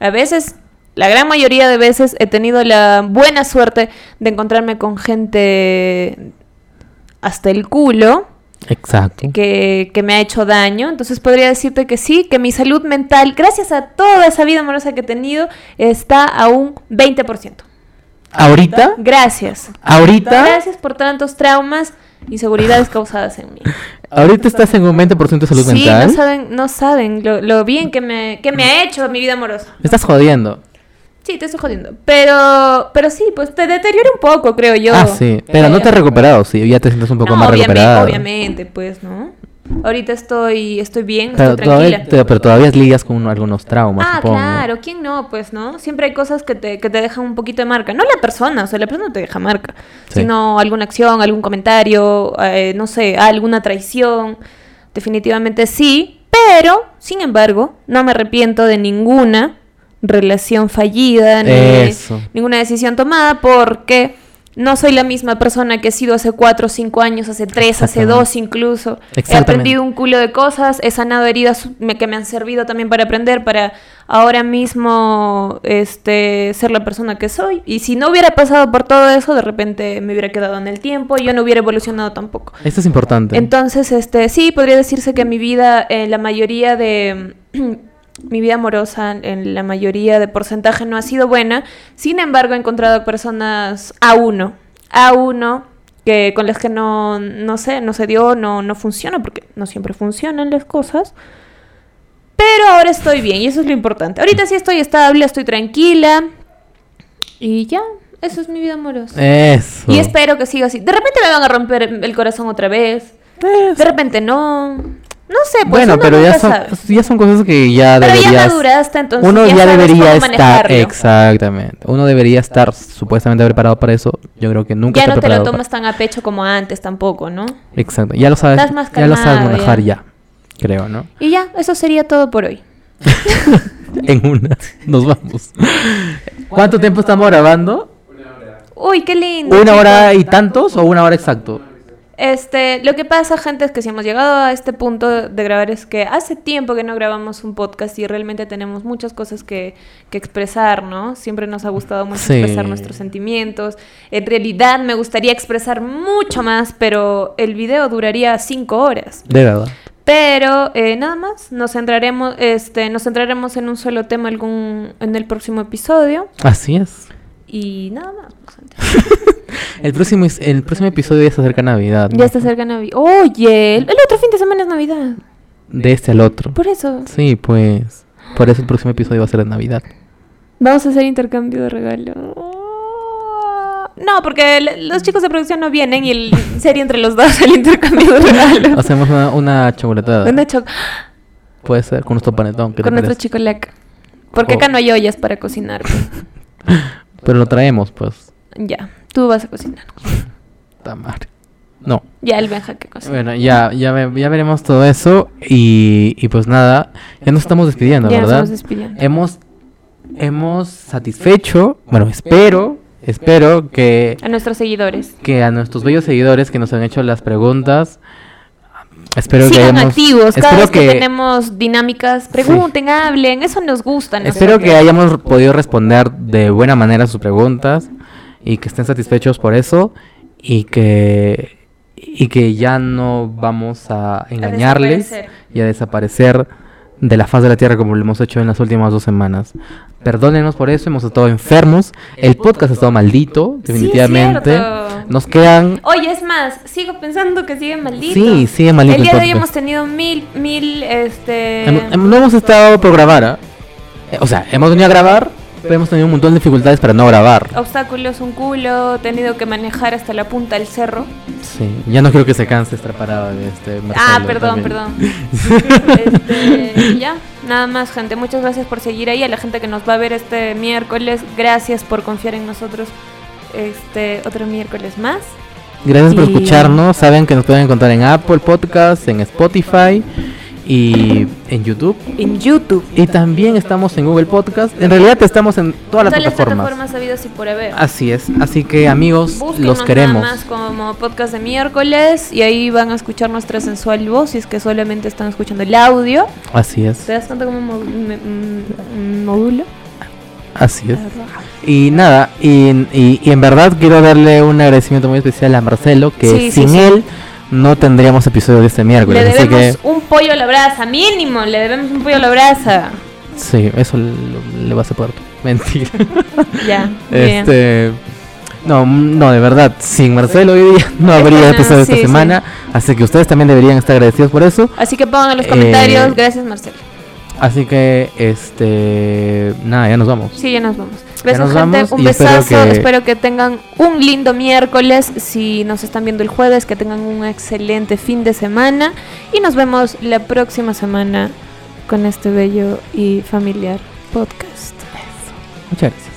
C: A veces, la gran mayoría de veces, he tenido la buena suerte de encontrarme con gente hasta el culo
B: Exacto.
C: que, que me ha hecho daño. Entonces podría decirte que sí, que mi salud mental, gracias a toda esa vida amorosa que he tenido, está a un 20%.
B: Ahorita,
C: Gracias.
B: ahorita,
C: Gracias por tantos traumas, inseguridades causadas en mí.
B: ahorita estás en un 20% de salud
C: sí,
B: mental.
C: no saben, no saben lo, lo bien que me, que me ha hecho mi vida amorosa.
B: Me estás jodiendo.
C: Sí, te estoy jodiendo. Pero, pero sí, pues te deteriora un poco, creo yo. Eh,
B: Ah, sí. Pero no te has recuperado, sí. Ya te sientes un poco
C: No,
B: más
C: obviamente,
B: recuperado.
C: obviamente, pues, ¿no? Ahorita estoy, estoy bien,
B: Pero
C: estoy tranquila.
B: todavía, te- pero todavía lidias con algunos traumas,
C: Ah,
B: supongo.
C: claro, ¿quién no? Pues, ¿no? Siempre hay cosas que te, que te dejan un poquito de marca. No la persona, o sea, la persona no te deja marca,
B: Sí.
C: sino alguna acción, algún comentario, eh, no sé, alguna traición. Definitivamente sí, pero, sin embargo, no me arrepiento de ninguna relación fallida, ni
B: Eso.
C: ninguna decisión tomada, porque no soy la misma persona que he sido hace cuatro, cinco años, hace tres, hace
B: Exactamente.
C: dos incluso. He
B: Exactamente.
C: aprendido un culo de cosas, he sanado heridas me- que me han servido también para aprender, para ahora mismo este, ser la persona que soy. Y si no hubiera pasado por todo eso, de repente me hubiera quedado en el tiempo y yo no hubiera evolucionado tampoco.
B: Esto es importante.
C: Entonces, este, sí, podría decirse que mi vida, eh, la mayoría de (clears throat) mi vida amorosa, en la mayoría de porcentaje no ha sido buena. Sin embargo, he encontrado personas a uno, a uno que con las que no, no sé, no se dio, no, no funciona, porque no siempre funcionan las cosas. Pero ahora estoy bien y eso es lo importante. Ahorita sí estoy estable, estoy tranquila y ya, eso es mi vida
B: Eh,
C: amorosa.
B: Eso.
C: Y espero que siga así. De repente me van a romper el corazón otra vez. De repente no. No sé, pues
B: Pues. bueno,
C: uno
B: pero ya
C: nunca
B: son,
C: sabe.
B: ya son cosas que ya
C: Pero ya
B: deberías...
C: maduraste, entonces
B: uno
C: ya
B: ya,
C: sabes
B: debería
C: cómo
B: estar...
C: manejarlo.
B: Exactamente. Uno debería estar supuestamente preparado para eso. Yo creo que nunca
C: Ya
B: está
C: no te lo
B: preparado para-
C: tomas tan a pecho como antes tampoco, ¿no?
B: Exacto. Ya lo sabes.
C: Estás más
B: ya lo sabes
C: calmado,
B: manejar
C: ya.
B: ya. Creo,
C: (laughs)
B: ¿no?
C: Y ya, eso sería todo por hoy.
B: en una. Nos vamos. ¿Cuánto tiempo estamos grabando?
A: Una hora.
C: Uy, qué lindo.
B: ¿Una
C: chicos.
B: hora y tantos o una hora exacto?
C: Este, lo que pasa, gente, es que si hemos llegado a este punto de grabar es que hace tiempo que no grabamos un podcast y realmente tenemos muchas cosas que, que expresar, ¿no? Siempre nos ha gustado mucho
B: Sí.
C: expresar nuestros sentimientos. En realidad me gustaría expresar mucho más, pero el video duraría cinco horas.
B: De verdad.
C: Pero eh, nada más, nos centraremos, este, nos centraremos en un solo tema algún, en el próximo episodio.
B: Así es. (laughs)
C: Y nada más, gente.
B: El próximo, es- el próximo episodio ya se acerca Navidad. ¿no?
C: Ya está cerca Navidad. Oye, el el otro fin de semana es Navidad.
B: De este al otro.
C: Por eso.
B: Sí, pues. Por eso el próximo episodio va a ser de
C: (laughs)
B: Navidad.
C: Vamos a hacer intercambio de regalo. No, porque l- los chicos de producción no vienen y el, sería entre los dos (laughs) el intercambio de regalo.
B: Hacemos una, una chocolatada.
C: Una cho-
B: Puede ser con nuestro panetón. ¿qué te
C: con nuestro
B: parece? Oh.
C: chicolaca. Porque acá no hay ollas
B: (laughs)
C: para cocinar.
B: Pero lo traemos, pues.
C: ya, tú vas a cocinar.
B: Tamar. No.
C: Ya el Benja que cocina.
B: Bueno, ya, ya, ve- ya veremos todo eso. Y, y pues nada, ya nos estamos despidiendo,
C: ya nos
B: ¿verdad? eh,
C: estamos despidiendo.
B: hemos, hemos satisfecho, bueno, espero, espero que,
C: A nuestros seguidores.
B: que a nuestros bellos seguidores que nos han hecho las preguntas, espero que
C: Sigan
B: hayamos-
C: activos. Cada
B: espero
C: vez que,
B: que-
C: tenemos dinámicas, pregunten, hablen. Eso nos gusta. a
B: Espero que
C: nosotros.
B: hayamos podido responder de buena manera sus preguntas y que estén satisfechos por eso y que y que ya no vamos a engañarles
C: desaparecer.
B: y a desaparecer de la faz de la tierra como lo hemos hecho en las últimas dos semanas. Perdónenos por eso, hemos estado enfermos. El podcast ha estado maldito,
C: Sí, es
B: definitivamente.
C: cierto.
B: Nos quedan
C: Oye, es más, sigo pensando que sigue maldito.
B: Sí, sigue maldito Em,
C: El día
B: el
C: de hoy hemos
B: podcast.
C: tenido mil, mil, este...
B: Hemos- hem- no hemos estado por grabar. ¿ah? Eh, O sea, hemos venido a grabar, pero hemos tenido un montón de dificultades para no grabar.
C: Obstáculos, un culo, he tenido que manejar hasta la punta del
B: (laughs)
C: cerro.
B: Sí, ya no quiero que se canse esta parada de este
C: ah,
B: Marcelo
C: perdón,
B: también.
C: perdón.
B: (laughs)
C: Este, y ya, nada más, gente. Muchas gracias por seguir ahí. A la gente que nos va a ver este miércoles, gracias por confiar en nosotros este otro miércoles más.
B: Gracias por
C: Y-
B: escucharnos. Saben que nos pueden encontrar en Apple Podcasts, en Spotify y en YouTube.
C: En YouTube.
B: Y también estamos en Google Podcast. En realidad estamos en todas las
C: Todas las
B: plataformas.
C: plataformas habidas y por haber.
B: Así es. Así que amigos,
C: Búsquenos
B: los queremos.
C: nada más como podcast de miércoles y ahí van a escuchar nuestra sensual voz si es que solamente están escuchando el audio.
B: Así es.
C: ¿Te das cuenta como mo- me- mm, mm, modulo?
B: Así es.
C: La verdad.
B: Y nada, y, y- y en verdad quiero darle un agradecimiento muy especial a Marcelo, que
C: Sí, sí,
B: sin
C: sí.
B: él no tendríamos episodio de este miércoles.
C: Le
B: así que...
C: debemos un pollo a la brasa, mínimo, le debemos un pollo a
B: (laughs)
C: la brasa.
B: Sí, eso lo- le vas a poder. (laughs) Mentira.
C: Ya, bien.
B: este. No, mm, no, de verdad, sin Marcelo hoy día no
C: Es
B: habría
C: verdad,
B: episodio
C: sí,
B: esta semana. Así que ustedes también deberían estar agradecidos por eso.
C: Así que pongan en los
B: Eh,
C: comentarios, gracias Marcelo.
B: Así que, este. Nada, ya nos vamos.
C: Sí, ya nos vamos. Besos,
B: nos
C: gente.
B: vamos
C: un
B: y espero
C: besazo. Espero
B: que-
C: que... tengan un lindo miércoles. Si nos están viendo el jueves, que tengan un excelente fin de semana. Y nos vemos la próxima semana con este bello y familiar podcast.
B: Muchas gracias.